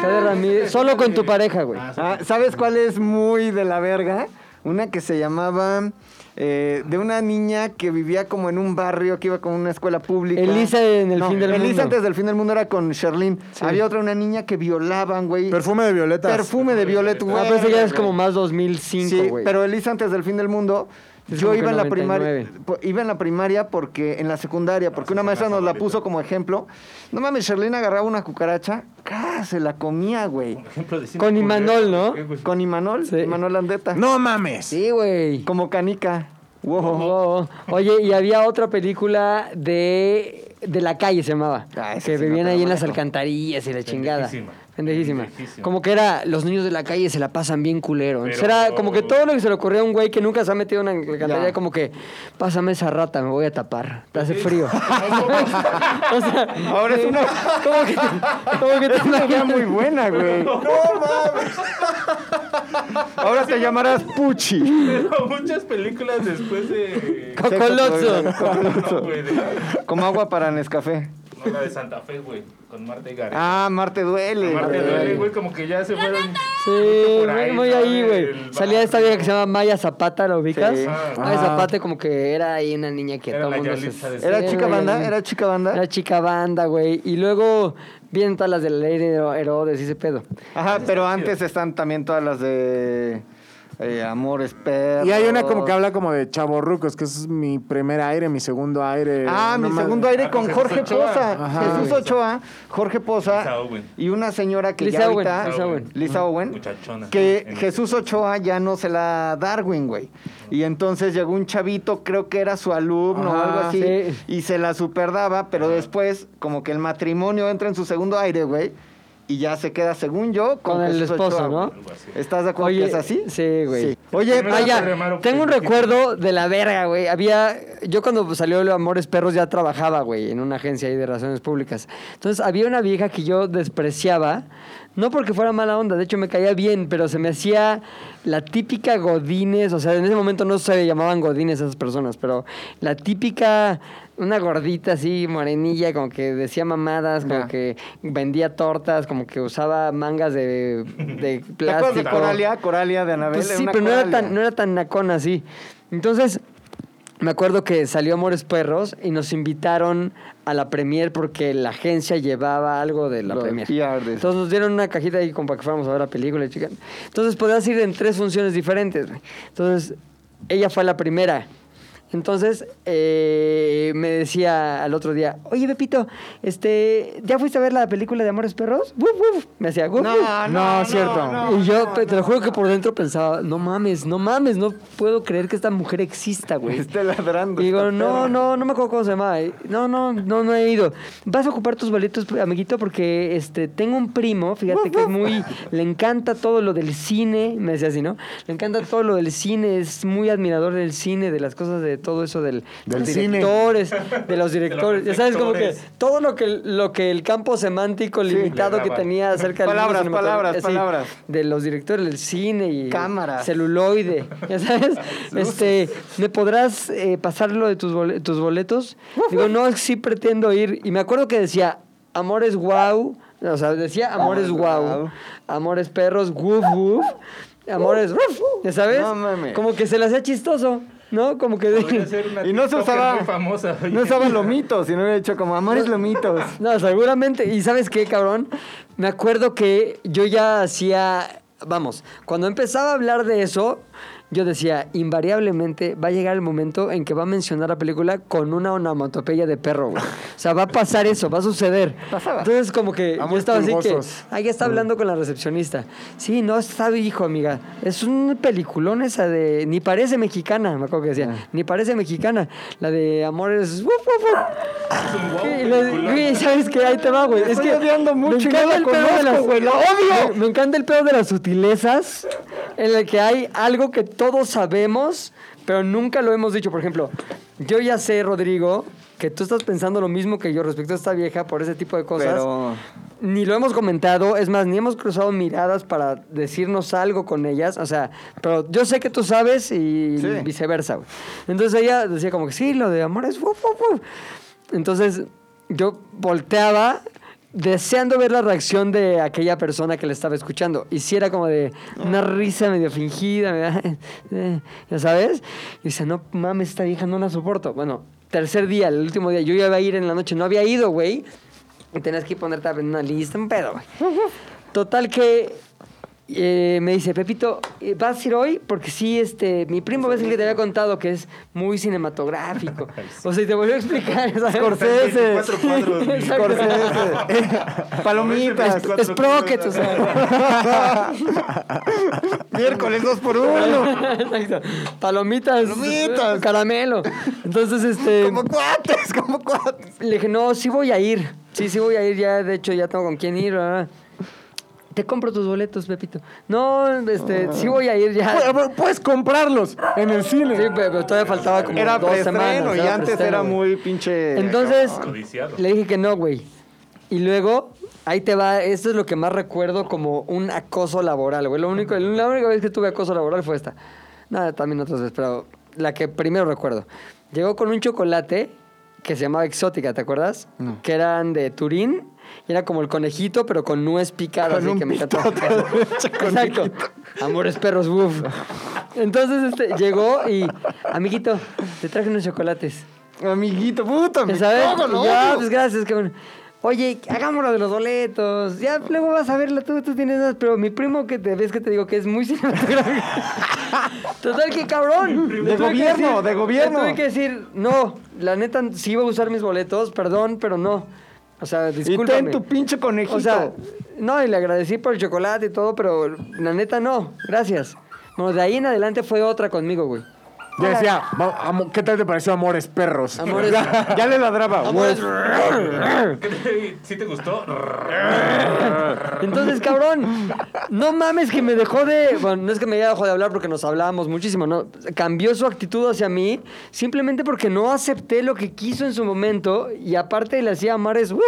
Claudia Ramírez. Solo con tu pareja, güey.
Ah, ¿Sabes cuál es muy de la verga? Una que se llamaba eh, de una niña que vivía como en un barrio que iba con una escuela pública.
Elisa en el fin del mundo.
Elisa antes del fin del mundo era con Sherlyn. Había otra, una niña que violaban, güey.
Perfume de violetas.
Perfume de Violet, güey.
Ah, pero esa ya es como más 2005,
Sí,
güey.
pero Elisa antes del fin del mundo.
Es
yo
como que
iba en la
99.
primaria, po- iba en la primaria porque en la secundaria, porque una maestra nos la puso como ejemplo. No mames, Sherlyn agarraba una cucaracha, ¡ca! se la comía, güey.
Ejemplo de cine
Con
culero.
Imanol, ¿no?
¿Qué, güey?
Con Imanol,
Sí.
Imanol Andeta.
No mames.
Sí, güey.
Como canica. Wow.
Oh, oh. Oye, y había otra película de, de la calle, se llamaba.
Ah, esa
que
sí no
vivían
te la
ahí en las
manejo.
alcantarillas y la chingada.
Pendejísima.
Pendejísima.
Pendejísima.
Como que era, los niños de la calle se la pasan bien culero. Entonces
Pero-
era como que todo lo que se le ocurría a un güey que nunca se ha metido en una alcantarilla,
Ya.
como que, pásame esa rata, me voy a tapar. Te hace frío. o sea,
Ahora es una
como que, como que te
idea
imaginas-
muy buena, güey. No mames. Ahora te llamarás Puchi.
Pero muchas películas después de.
Cocolozo.
No, güey, de-
Como agua para Nescafé.
no, la de Santa Fe, güey. Con Marta y Gareth.
Ah, Marte duele.
Marta y
güey.
Gareth, güey, como que ya se fueron.
Sí,
Por ahí,
muy ahí,
¿no?
güey.
El
Salía esta
barrio.
vieja que se llama Maya Zapata, ¿la ubicas?
Sí.
Ah.
Maya Zapata como que era ahí una niña que
Era
todo
la
mundo se-
Yalitza de
Sí,
Era chica
la
banda,
Yalitza.
era chica banda.
Era chica banda, güey. Y luego vienen todas las de la ley de Hero- Herodes y ese pedo.
Ajá, pero antes están también todas las de eh, Amores Perros.
Y hay una como que habla como de chavorrucos, que es mi primer aire, mi segundo aire.
Ah,
no
mi
mames.
segundo aire con
Jesús
Jorge
Ochoa.
Poza.
Ajá.
Jesús Ochoa, Jorge
Lisa
Poza
Owen.
y una señora que
Lisa
ya
Owen,
ahorita...
Lisa Owen.
Lisa Owen.
Muchachona.
Que
En-
Jesús Ochoa ya no se la da Darwin, güey. Y entonces llegó un chavito, creo que era su alumno o
Ajá,
algo así,
sí.
y se la superdaba, pero después como que el matrimonio entra en su segundo aire, güey. Y ya se queda, según yo, con,
Con el
Jesús
esposo,
Ochoa,
¿no?
güey. ¿Estás de acuerdo que es así?
Sí, güey.
Sí. Oye,
Primero
Maya,
te remaron
tengo un
pendejísimo.
recuerdo de la verga, güey. Había. Yo cuando salió Los Amores Perros ya trabajaba, güey, en una agencia ahí de relaciones públicas. Entonces había una vieja que yo despreciaba, no porque fuera mala onda, de hecho me caía bien, pero se me hacía la típica Godines, o sea, en ese momento no se llamaban Godines esas personas, pero la típica. Una gordita así, morenilla, como que decía mamadas, como
Ya.
que vendía tortas, como de que usaba mangas de, de
¿Te acuerdas de
plástico.
Coralia? Coralia de Anabel.
Pues
era
sí,
una
pero no era,
Coralia.
tan, no era tan nacona así. Entonces, me acuerdo que salió Amores Perros y nos invitaron a la premier porque la agencia llevaba algo de la
Los
premier.
PR de-
Entonces nos dieron una cajita ahí como para que fuéramos a ver la película. y chica. Entonces podías ir en tres funciones diferentes. güey. Entonces, ella fue la primera. Entonces, eh, me decía al otro día, oye, Pepito, este, ¿ya fuiste a ver la película de Amores Perros? Wuf, wuf. Me hacía, wuf,
No,
wuf.
no,
No,
no,
cierto.
no,
y yo,
no,
pe- te lo
no,
juro que
no.
por dentro pensaba, no mames, no mames, no puedo creer que esta mujer exista, güey.
Esté ladrando.
Y digo,
esta
no,
perra.
no, no me acuerdo cómo se llama. No, no, no, no he ido. Vas a ocupar tus boletos, amiguito, porque este tengo un primo, fíjate que es muy, le encanta todo lo del cine, me decía así, ¿no? Le encanta todo lo del cine, es muy admirador del cine, de las cosas de todo eso del, de
Del
los
cine.
directores, de los directores. Ya sabes como que
reflectores.
todo lo que lo que el campo semántico limitado
Le
que
daba.
tenía acerca del mundo
Palabras,
cinematográfico,
palabras,
así,
palabras.
de los directores del cine y
Cámaras.
celuloide, ya sabes. este, ¿me podrás eh, pasar lo de tus, bol- tus boletos? Digo, no, es que sí pretendo ir. Y me acuerdo que decía, amores wow, o sea, decía amores wow, amores perros, woof woof, amores ruf, ya sabes.
No mames.
Como que se le hacía chistoso, ¿no? Como que
Podría ser una
Y no se
TikToker
usaba-
muy famosa. oye.
No usaban lomitos, sino hubiera hecho como amores lomitos.
No, seguramente. ¿Y sabes qué, cabrón? Me acuerdo que yo ya hacía, vamos, cuando empezaba a hablar de eso, yo decía, invariablemente va a llegar el momento en que va a mencionar la película con una onomatopeya de perro, güey. O sea, va a pasar eso, va a suceder.
Pasaba.
Entonces, como que yo
Amores
estaba así que,
pulgosos.
ah, ya está hablando con la recepcionista. Sí, no, está hijo, amiga. Es un peliculón esa de, ni parece mexicana, me acuerdo que decía,
Ah.
ni parece mexicana. La de Amores... wuf, wuf, wuf.
Es un guau
Sí, lo-
peliculón.
güey, ¿sabes qué? Ahí te va, güey.
La
Es
estoy
que
odiando
me
mucho y no
encanta
la
el pedo de
conozco,
las-
güey, la odio.
Me, me encanta el pedo de las sutilezas en el que hay algo que todos sabemos, pero nunca lo hemos dicho. Por ejemplo, yo ya sé, Rodrigo, que tú estás pensando lo mismo que yo respecto a esta vieja por ese tipo de cosas.
Pero.
Ni lo hemos comentado, es más, ni hemos cruzado miradas para decirnos algo con ellas. O sea, pero yo sé que tú sabes y
Sí.
viceversa. güey. Entonces ella decía como que sí, lo de amor es... wuf, wuf, wuf". Entonces yo volteaba deseando ver la reacción de aquella persona que le estaba escuchando. Y si era como de una risa medio fingida, ¿verdad? Eh, ya sabes. Y dice, no mames, esta vieja no la soporto. Bueno, tercer día, el último día, yo ya iba a ir en la noche, no había ido, güey. Y tenías que ponerte a ver una lista, un pedo, güey. Total que eh, me dice, Pepito, eh, ¿vas a ir hoy? Porque sí, este, mi primo es el que te había contado que es muy cinematográfico. O sea, y te volvió a explicar. ¿sabes?
Scorsese.
Exacto.
Cuatro cuadros, mi-
eh, Scorsese. Palomitas.
Es Sprocket, o sea.
Miércoles dos por uno.
Exacto. Palomitas.
Palomitas.
Caramelo. Entonces, este.
Como cuates, como cuates.
Le dije, no, sí voy a ir. Sí, sí voy a ir, ya, de hecho, ya tengo con quién ir. ah. Te compro tus boletos, Pepito. No, este,
Ah.
sí voy a ir ya.
Puedes comprarlos en el cine.
Sí, pero, pero todavía faltaba como
Era
dos
preestreno
semanas.
y antes
preestreno,
era
güey.
muy pinche.
Entonces,
Codiciado.
le dije que no, güey. Y luego, ahí te va, esto es lo que más recuerdo como un acoso laboral, güey. Lo único, la única vez que tuve acoso laboral fue esta. Nada, también otras veces, pero la que primero recuerdo. Llegó con un chocolate que se llamaba Exótica, ¿te acuerdas? Que eran de Turín. Y era como el conejito, pero con nuez picada, así que me encantó. Exacto. Amores perros, woof. Entonces este, llegó y, amiguito, te traje unos chocolates.
Amiguito, puta.
Ya
me
sabes,
cago, lo
ya,
odio.
pues gracias, cabrón. Oye, hagámoslo de los boletos. Ya pues, luego vas a verlo tú, tú tienes más. Pero mi primo que te ves que te digo que es muy cinematográfico. Total, que cabrón. Le tuve que
gobierno, de
le
gobierno.
Tuve que decir, no, la neta sí iba a usar mis boletos, perdón, pero no. O sea,
Y
discúlpame.
ten tu pinche conejito.
O sea, no, y le agradecí por el chocolate y todo, pero la neta no, gracias. Bueno, de ahí en adelante fue otra conmigo, güey.
Yo decía, "Va- amo- ¿qué tal te pareció Amores Perros?
Amores-
ya le ladraba.
¿Qué te- ¿Sí te gustó?
Entonces, cabrón, no mames que me dejó de... Bueno, no es que me haya dejado de hablar porque nos hablábamos muchísimo, ¿no? Cambió su actitud hacia mí simplemente porque no acepté lo que quiso en su momento y aparte le hacía mares... ¡Uf!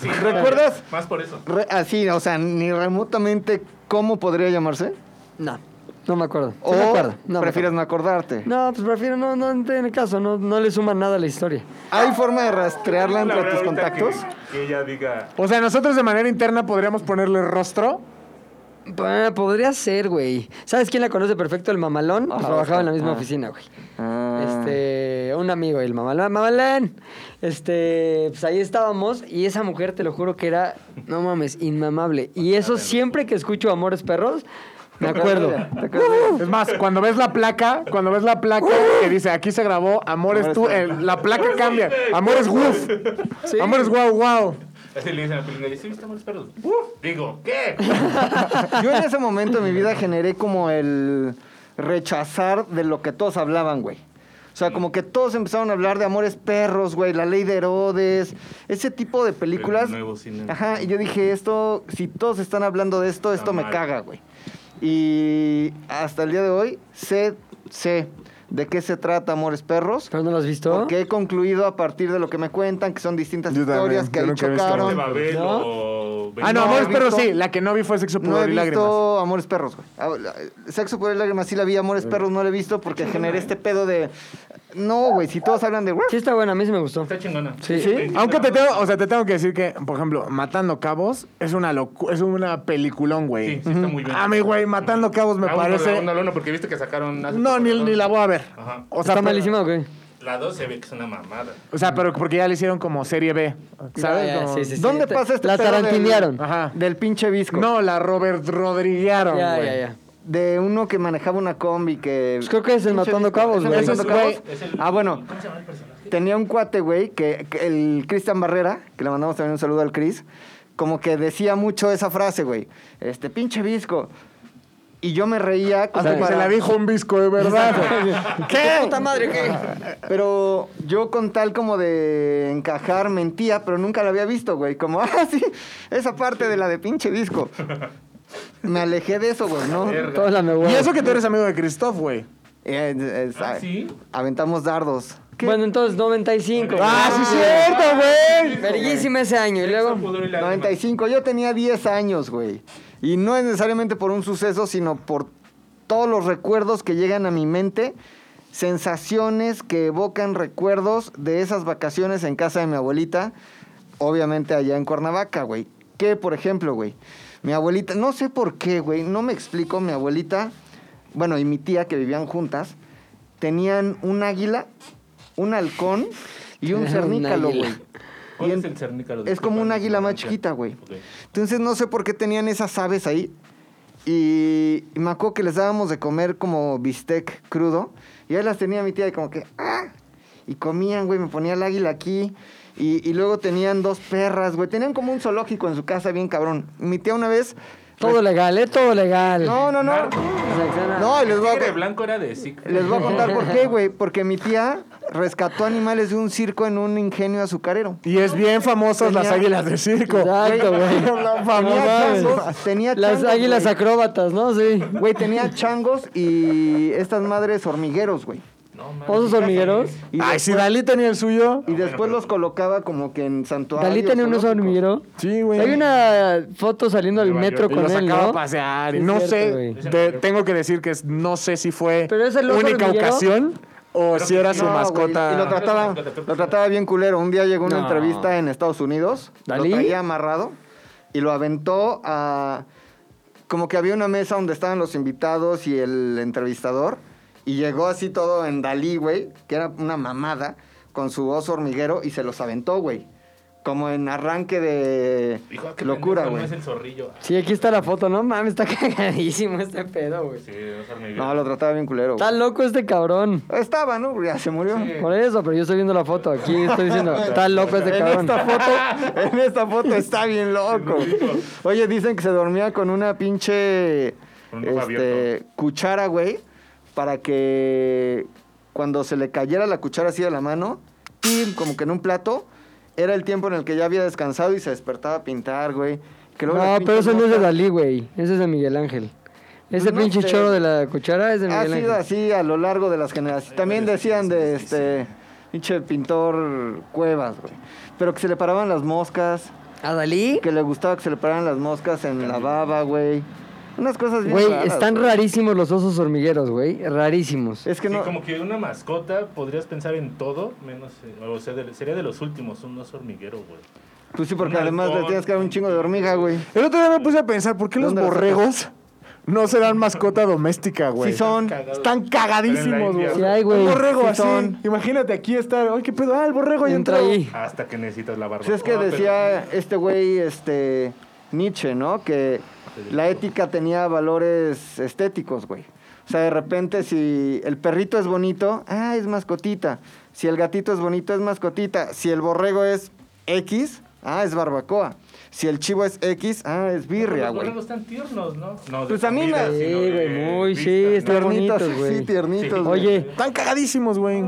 Sí,
¿Recuerdas?
Más por eso.
Re- así, o sea, ni remotamente, ¿cómo podría llamarse?
No, no me acuerdo. No
o
me acuerdo. No me
prefieres
acuerdo.
no acordarte.
No, pues prefiero no, no el caso, no, no le suma nada a la historia.
¿Hay forma de rastrearla
La
entre
verdad,
tus
ahorita
contactos?
Que, que ella diga.
O sea, nosotros de manera interna podríamos ponerle rostro.
Ah, podría ser, güey. ¿Sabes quién la conoce perfecto? El mamalón.
Ajá,
Trabajaba en la
Oscar.
misma
Ah.
oficina, güey.
Ah.
Este, un amigo, el mamalán. Mamalán. Este, pues ahí estábamos y esa mujer, te lo juro que era, no mames, inmamable. Y eso siempre que escucho Amores Perros, Me acuerdo.
¿Te acuerdas?
Es más, cuando ves la placa, cuando ves la placa que dice aquí se grabó Amores tú, el- la placa cambia. Amores woof. Amores wow wow.
Así le dicen a Pilinga, ¿y si viste a los perros? ¡Uf! Digo, ¿qué?
Yo en ese momento de mi vida generé como el rechazar de lo que todos hablaban, güey. O sea, como que todos empezaron a hablar de Amores Perros, güey, La Ley de Herodes, ese tipo de películas.
El nuevo cine.
Ajá, y yo dije, esto, si todos están hablando de esto, esto me
mal.
caga, güey. Y hasta el día de hoy sé, sé de qué se trata Amores Perros.
¿Pero no lo has visto?
Porque he concluido a partir de lo que me cuentan, que son distintas
Yo también,
historias que
yo
ahí
nunca he visto
¿De
chocaron.
Amores
Babel o...
Ah, no,
No,
Amores
he
Perros
visto-
sí. La que no vi fue Sexo,
No he
Pudor y
visto
Lágrimas.
Amores Perros, güey. Ah, la- Sexo, por y Lágrimas sí la vi, Amores Perros no la he visto porque generé este pedo de... No, güey, si todos hablan de...
Sí, está buena, a mí sí me gustó.
Está chingona.
Sí.
¿Sí?
Aunque te tengo, o sea, te tengo que decir que, por ejemplo, Matando Cabos es una locu es una peliculón, güey.
Sí, sí, está muy bien.
A mí, güey, Matando Cabos me
La uno,
parece.
La uno, la uno, porque viste que sacaron... hace
no,
poco
ni, ni la voy a ver.
Ajá.
O
¿Está
sea, pero-
malísima o qué?
La dos se ve que es una mamada.
O sea, pero porque ya le hicieron como serie B. ¿Sabes?
Ya, ya,
Como-
sí, sí, sí.
¿Dónde
Te-
pasa este
La
pedo del-
tarantinearon.
Ajá.
Del pinche visco.
No, la Robert Rodriguearon,
Ya,
güey.
ya, ya.
De uno que manejaba una combi que...
Pues creo que es el
Pinche
Matando
disco.
Cabos,
¿Es el
güey.
Matando
Eso es, güey.
Cabos?
Es el-
Ah, bueno.
¿Cómo se llama el personaje?
Tenía un cuate, güey, que, que el Cristian Barrera, que le mandamos también un saludo al Cris, como que decía mucho esa frase, güey. Este pinche visco. Y yo me reía
O
como
sea, que se
para-
la dijo un visco, de verdad. ¿Qué?
madre qué?
Pero yo con tal como de encajar mentía, pero nunca la había visto, güey. Como, ah, sí, esa parte de la de pinche disco. Me alejé de eso, güey, ¿no?
Verga.
Todos la me
Y
huevo.
eso que tú eres amigo de Christoph, güey.
Eh, eh,
Ah, ¿sí?
Aventamos dardos. ¿Qué?
Bueno, entonces 95.
¡Ah, sí,
güey.
es cierto, güey!
Verguísima ese año. Y
Sexo,
luego.
pudor y lágrimas.
95, yo tenía 10 años, güey. Y no es necesariamente por un suceso, sino por todos los recuerdos que llegan a mi mente, sensaciones que evocan recuerdos de esas vacaciones en casa de mi abuelita, obviamente allá en Cuernavaca, güey. Que, por ejemplo, güey, mi abuelita, no sé por qué, güey, no me explico, mi abuelita, bueno, y mi tía que vivían juntas, tenían un águila, un halcón y un
Un
cernícalo,
águila.
güey.
¿Cuál
Y
es
en-
el cernícalo?
es como un
Disculpa,
águila más
ignorancia.
chiquita, güey.
Ok.
Entonces no sé por qué tenían esas aves ahí. Y y me acuerdo que les dábamos de comer como bistec crudo. Y ahí las tenía mi tía y como que... ¡Ah! Y comían, güey, me ponía el águila aquí. Y, y luego tenían dos perras, güey. Tenían como un zoológico en su casa, bien cabrón. Mi tía una vez...
Todo legal, ¿eh? Todo legal.
No, no, no. No, y les
El
voy a...
tigre blanco era de Siegfried.
Les voy a contar por qué, güey. Porque mi tía rescató animales de un circo en un ingenio azucarero.
Y es bien famosas las
Tenía-
águilas de circo.
Exacto, güey.
La
Tenía
famosa.
changos, tenía
Ah, Las
changos,
águilas
güey.
acróbatas, ¿no? Sí.
Güey, tenía changos y estas madres hormigueros, güey.
No, mames.
¿Osos hormigueros?
Y,
Ay,
des-
si Dalí tenía el suyo.
y después los colocaba como que en santuarios.
Dalí tenía un oso
zoológicos.
hormiguero.
Sí, güey.
Hay una foto saliendo del
Nueva
metro
Y
con
lo
él,
sacaba
¿no?
a pasear. y
Sí, es
no
cierto,
sé,
güey.
te- tengo que decir que es- no sé si fue
¿Pero es el oso
única
hormiguero?
ocasión o si era su
No, güey,
mascota.
Y lo trataba, lo trataba bien culero. Un día llegó
No.
una entrevista en Estados Unidos.
¿Dalí?
Lo traía amarrado y lo aventó a. Como que había una mesa donde estaban los invitados y el entrevistador. Y llegó así todo en Dalí, güey, que era una mamada, con su oso hormiguero y se los aventó, güey. Como en arranque de
Dijo, ah, qué
locura,
pendejo,
güey.
No es el zorrillo. Ah,
Sí, aquí está la foto, no mames, está cagadísimo este pedo, güey.
Sí, no es hormiguero.
No, lo trataba bien culero.
Está
güey.
loco este cabrón.
Estaba, ¿no? Ya se murió.
Por eso, pero yo estoy viendo la foto. Aquí estoy diciendo, está loco este
Pues, En
cabrón.
esta foto, en esta foto está bien loco. Oye, dicen que se dormía con una pinche
Con un ojo
este,
abierto.
cuchara, güey, para que cuando se le cayera la cuchara así de la mano, ¡pim! como que en un plato, era el tiempo en el que ya había descansado y se despertaba a pintar, güey. Que luego
No,
las
pero eso no es de
pinches
Dalí, güey. Ese es de Miguel Ángel. Ese
Pues no
pinche
sé. Ah,
choro de la cuchara es de
Ha
Miguel
sido
Ángel.
así a lo largo de las generaciones. También decían de este pinche pintor Cuevas, güey. Pero que se le paraban las moscas.
¿A Dalí?
Que le gustaba que se le pararan las moscas en la baba, güey. Unas cosas bien.
Güey,
raras,
están
güey. Eh,
rarísimos los osos hormigueros, güey. Rarísimos.
Es que
Sí,
no.
como que una mascota podrías pensar en todo, menos. eh, O sea, del- sería de los últimos, un oso hormiguero, güey.
Pues sí, porque
un
además le
halcón.
tienes que dar un chingo de hormiga, güey.
El otro día me puse a pensar, ¿por qué los
¿Dónde lo
borregos no serán mascota doméstica, güey?
Sí son.
Cagados. Pero
Están
en la
cagadísimos,
India,
güey.
Sí hay, güey.
Un borrego
Sí
así.
son.
Imagínate aquí estar. Ay, qué pedo. Ah, el borrego ya
Entra
entró.
ahí.
Ah, Hasta que necesitas la barba.
Pues es que decía este güey, este. Nietzsche, ¿no? Que la ética tenía valores estéticos, güey. O sea, de repente si el perrito es bonito, ah, es mascotita. Si el gatito es bonito, es mascotita. Si el borrego es X, ah, es barbacoa. Si el chivo es X, ah, es birria,
Los
güey.
borregos están tiernos, ¿no? no de
Pues a mí
comida,
me-
sino
Sí,
de
güey, muy,
vista,
sí,
¿no?
está-
Tiernitos,
bonitos, güey.
sí, tiernitos.
Sí.
güey.
Oye,
Están cagadísimos, güey.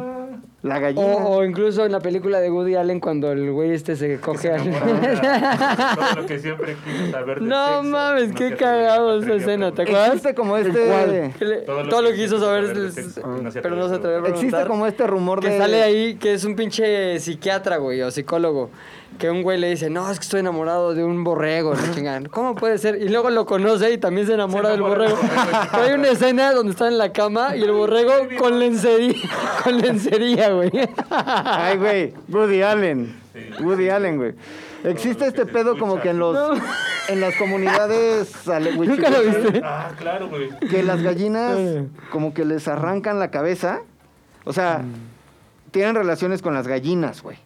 La
o,
gallina.
o incluso en la película de Woody Allen cuando el güey este se coge
Se
al...
enamora. Todo lo que siempre quise saber de
No
sexo,
mames,
no
qué
que
cagado esa
atreví a
escena,
preguntar.
¿te acuerdas?
Existe como este-
¿Cuál? Que le-
Todo lo
Todo lo
que
que quiso
quise
saber,
saber de
es-
sexo, que no se
pero no se
atrevió
atrevió
a
a
Existe
preguntar.
como este rumor
que
de-
sale ahí que es un pinche psiquiatra, güey, o psicólogo. Que un güey le dice, no, es que estoy enamorado de un borrego, la chingada. ¿Cómo puede ser? Y luego lo conoce y también se enamora,
Se enamora
del
del
borrego.
borrego.
Pero hay una escena donde están en la cama y el borrego con lencería, con lencería, güey.
Ay, güey, Woody Allen.
Sí.
Woody Allen, güey. Existe
lo
este
que se
pedo como
escucha.
que en los
No.
en las comunidades ale-
Nunca lo viste. Eh.
Ah, claro, güey.
que las gallinas como que les arrancan la cabeza. O sea,
Mm.
tienen relaciones con las gallinas, güey.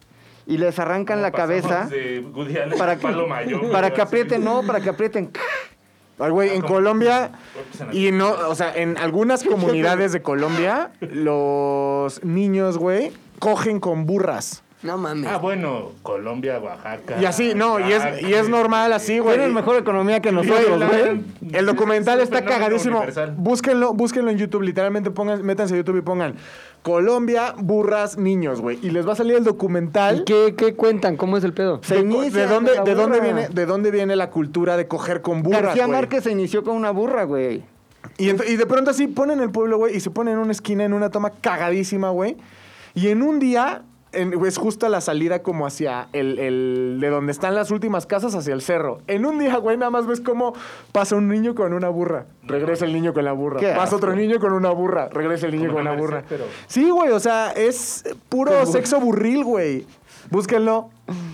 Y les arrancan la
Pasamos
cabeza
de Woody Allen
para
a Pablo Mayor,
que, para que
así.
aprieten, no, para que aprieten.
Ay, Ah, güey, en Colombia
Ah, Golpes en la
y no, o sea, en algunas comunidades de Colombia, los niños, güey, cogen con burras.
No mames.
Ah, bueno, Colombia, Oaxaca. este,
Y así, no, y es, y es normal así, güey.
Tienen mejor economía que nosotros,
Güey,
güey.
El documental
Es un
está
fenómeno
cagadísimo.
universal.
Búsquenlo, búsquenlo en YouTube, literalmente pongan, métanse a YouTube y pongan Colombia, burras, niños, güey. Y les va a salir el documental.
¿Y qué, qué cuentan? ¿Cómo es el pedo?
Se
de, co-
inicia
de dónde,
la
de dónde
burra.
viene, de dónde viene la cultura de coger con burras,
García
güey?
Márquez se inició con una burra, güey.
Y, ento- y de pronto así ponen el pueblo, güey, y se ponen en una esquina, en una toma cagadísima, güey. Y en un día, en- güey, es justo a la salida como hacia el, el- de donde están las últimas casas, hacia el cerro. En un día, güey, nada más ves cómo pasa un niño con una burra. Regresa el niño con la burra.
Qué
Pasa
asco.
otro niño con una burra. Regresa el niño
Como
con
una
una burra.
merced, pero-
Sí, güey, o sea, es puro sexo burril, güey. Búsquenlo.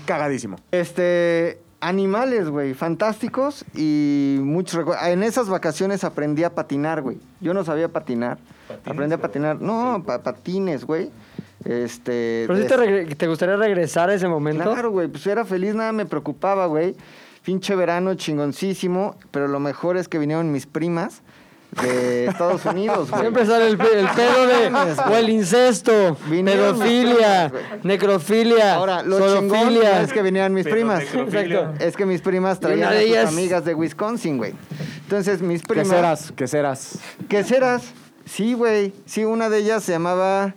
Cagadísimo.
Este, animales, güey, fantásticos y muchos recu- ah, En esas vacaciones aprendí a patinar, güey. Yo no sabía patinar. aprendí a patinar. No, pa- patines, güey. Este.
¿Pero si
de-
te, regre- te gustaría regresar a ese momento?
Claro, güey, pues era feliz, nada me preocupaba, güey. Pinche verano chingoncísimo, pero lo mejor es que vinieron mis primas de Estados Unidos, güey.
Siempre sale el, pe- el pedo
mames,
de o
güey.
el incesto,
Vinieron
pedofilia,
las primas, güey.
necrofilia,
Ahora, lo chingón no
zoofilia.
es que vinieron mis
Pero
primas.
necrofilia.
Exacto.
Es que mis primas
Y una
traían a
de
sus
ellas-
amigas de Wisconsin, güey. Entonces, mis primas...
Queseras, queseras.
Queseras. Sí, güey. Sí, una de ellas se llamaba...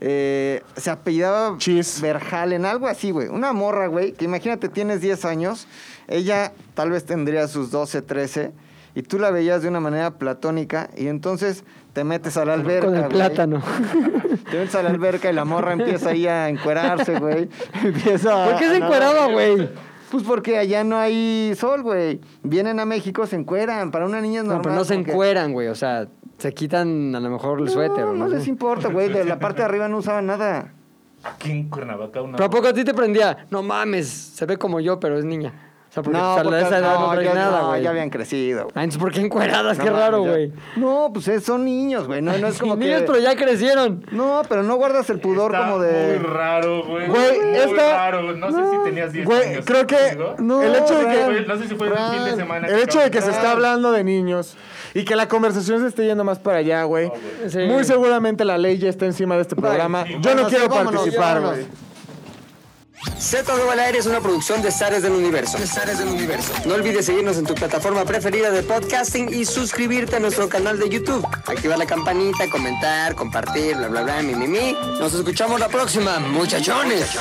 eh, se apellidaba...
Chis.
Verhalen, algo así, güey. Una morra, güey, que imagínate, tienes 10 años. Ella tal vez tendría sus 12, 13. Y tú la veías de una manera platónica. Y entonces te metes a la alberca,
Con el
güey.
plátano.
Te metes a la alberca y la morra empieza ahí a encuerarse, güey. Empieza a-
¿Por qué se
a nadar.
encueraba, güey?
Pues porque allá no hay sol, güey. Vienen a México, se encueran. Para una niña es normal.
No, pero no se
porque-
encueran, güey. O sea, se quitan a lo mejor el
No,
suéter. o No,
No, les importa, güey. De la parte de arriba no usaban nada.
Aquí en Cuernavaca una...
Pero ¿a poco a ti te prendía? No mames, se ve como yo, pero es niña. O sea, porque
no,
a
porque-
esa edad no,
no,
trae
ya,
nada,
no,
güey.
ya habían crecido. güey.
Ah, entonces ¿por qué encueradas? qué
No,
raro,
ya-
güey.
No, pues es- son niños, güey. No, no es como que...
Niños, pero ya crecieron.
No, pero no guardas el pudor
Está
como de...
Muy raro, güey.
Güey,
muy
esta-
raro. No, sé si tenías 10
Güey,
años.
creo que
¿no?
No,
el hecho de que
Fran,
Fue- No sé si fue el fin de semana.
El hecho de que se
acabas-
está hablando de niños y que la conversación se esté yendo más para allá, güey.
Ah, güey.
Sí.
Muy seguramente la ley ya está encima de este programa.
Sí,
Yo no
vámonos,
quiero
vámonos,
participar,
vámonos.
güey.
Z2 al aire es una producción de Zares del Universo. del Universo. No olvides seguirnos en tu plataforma preferida de podcasting y suscribirte a nuestro canal de YouTube. Activar la campanita, comentar, compartir, bla, bla, bla, mi, mi, mi. Nos escuchamos la próxima, muchachones.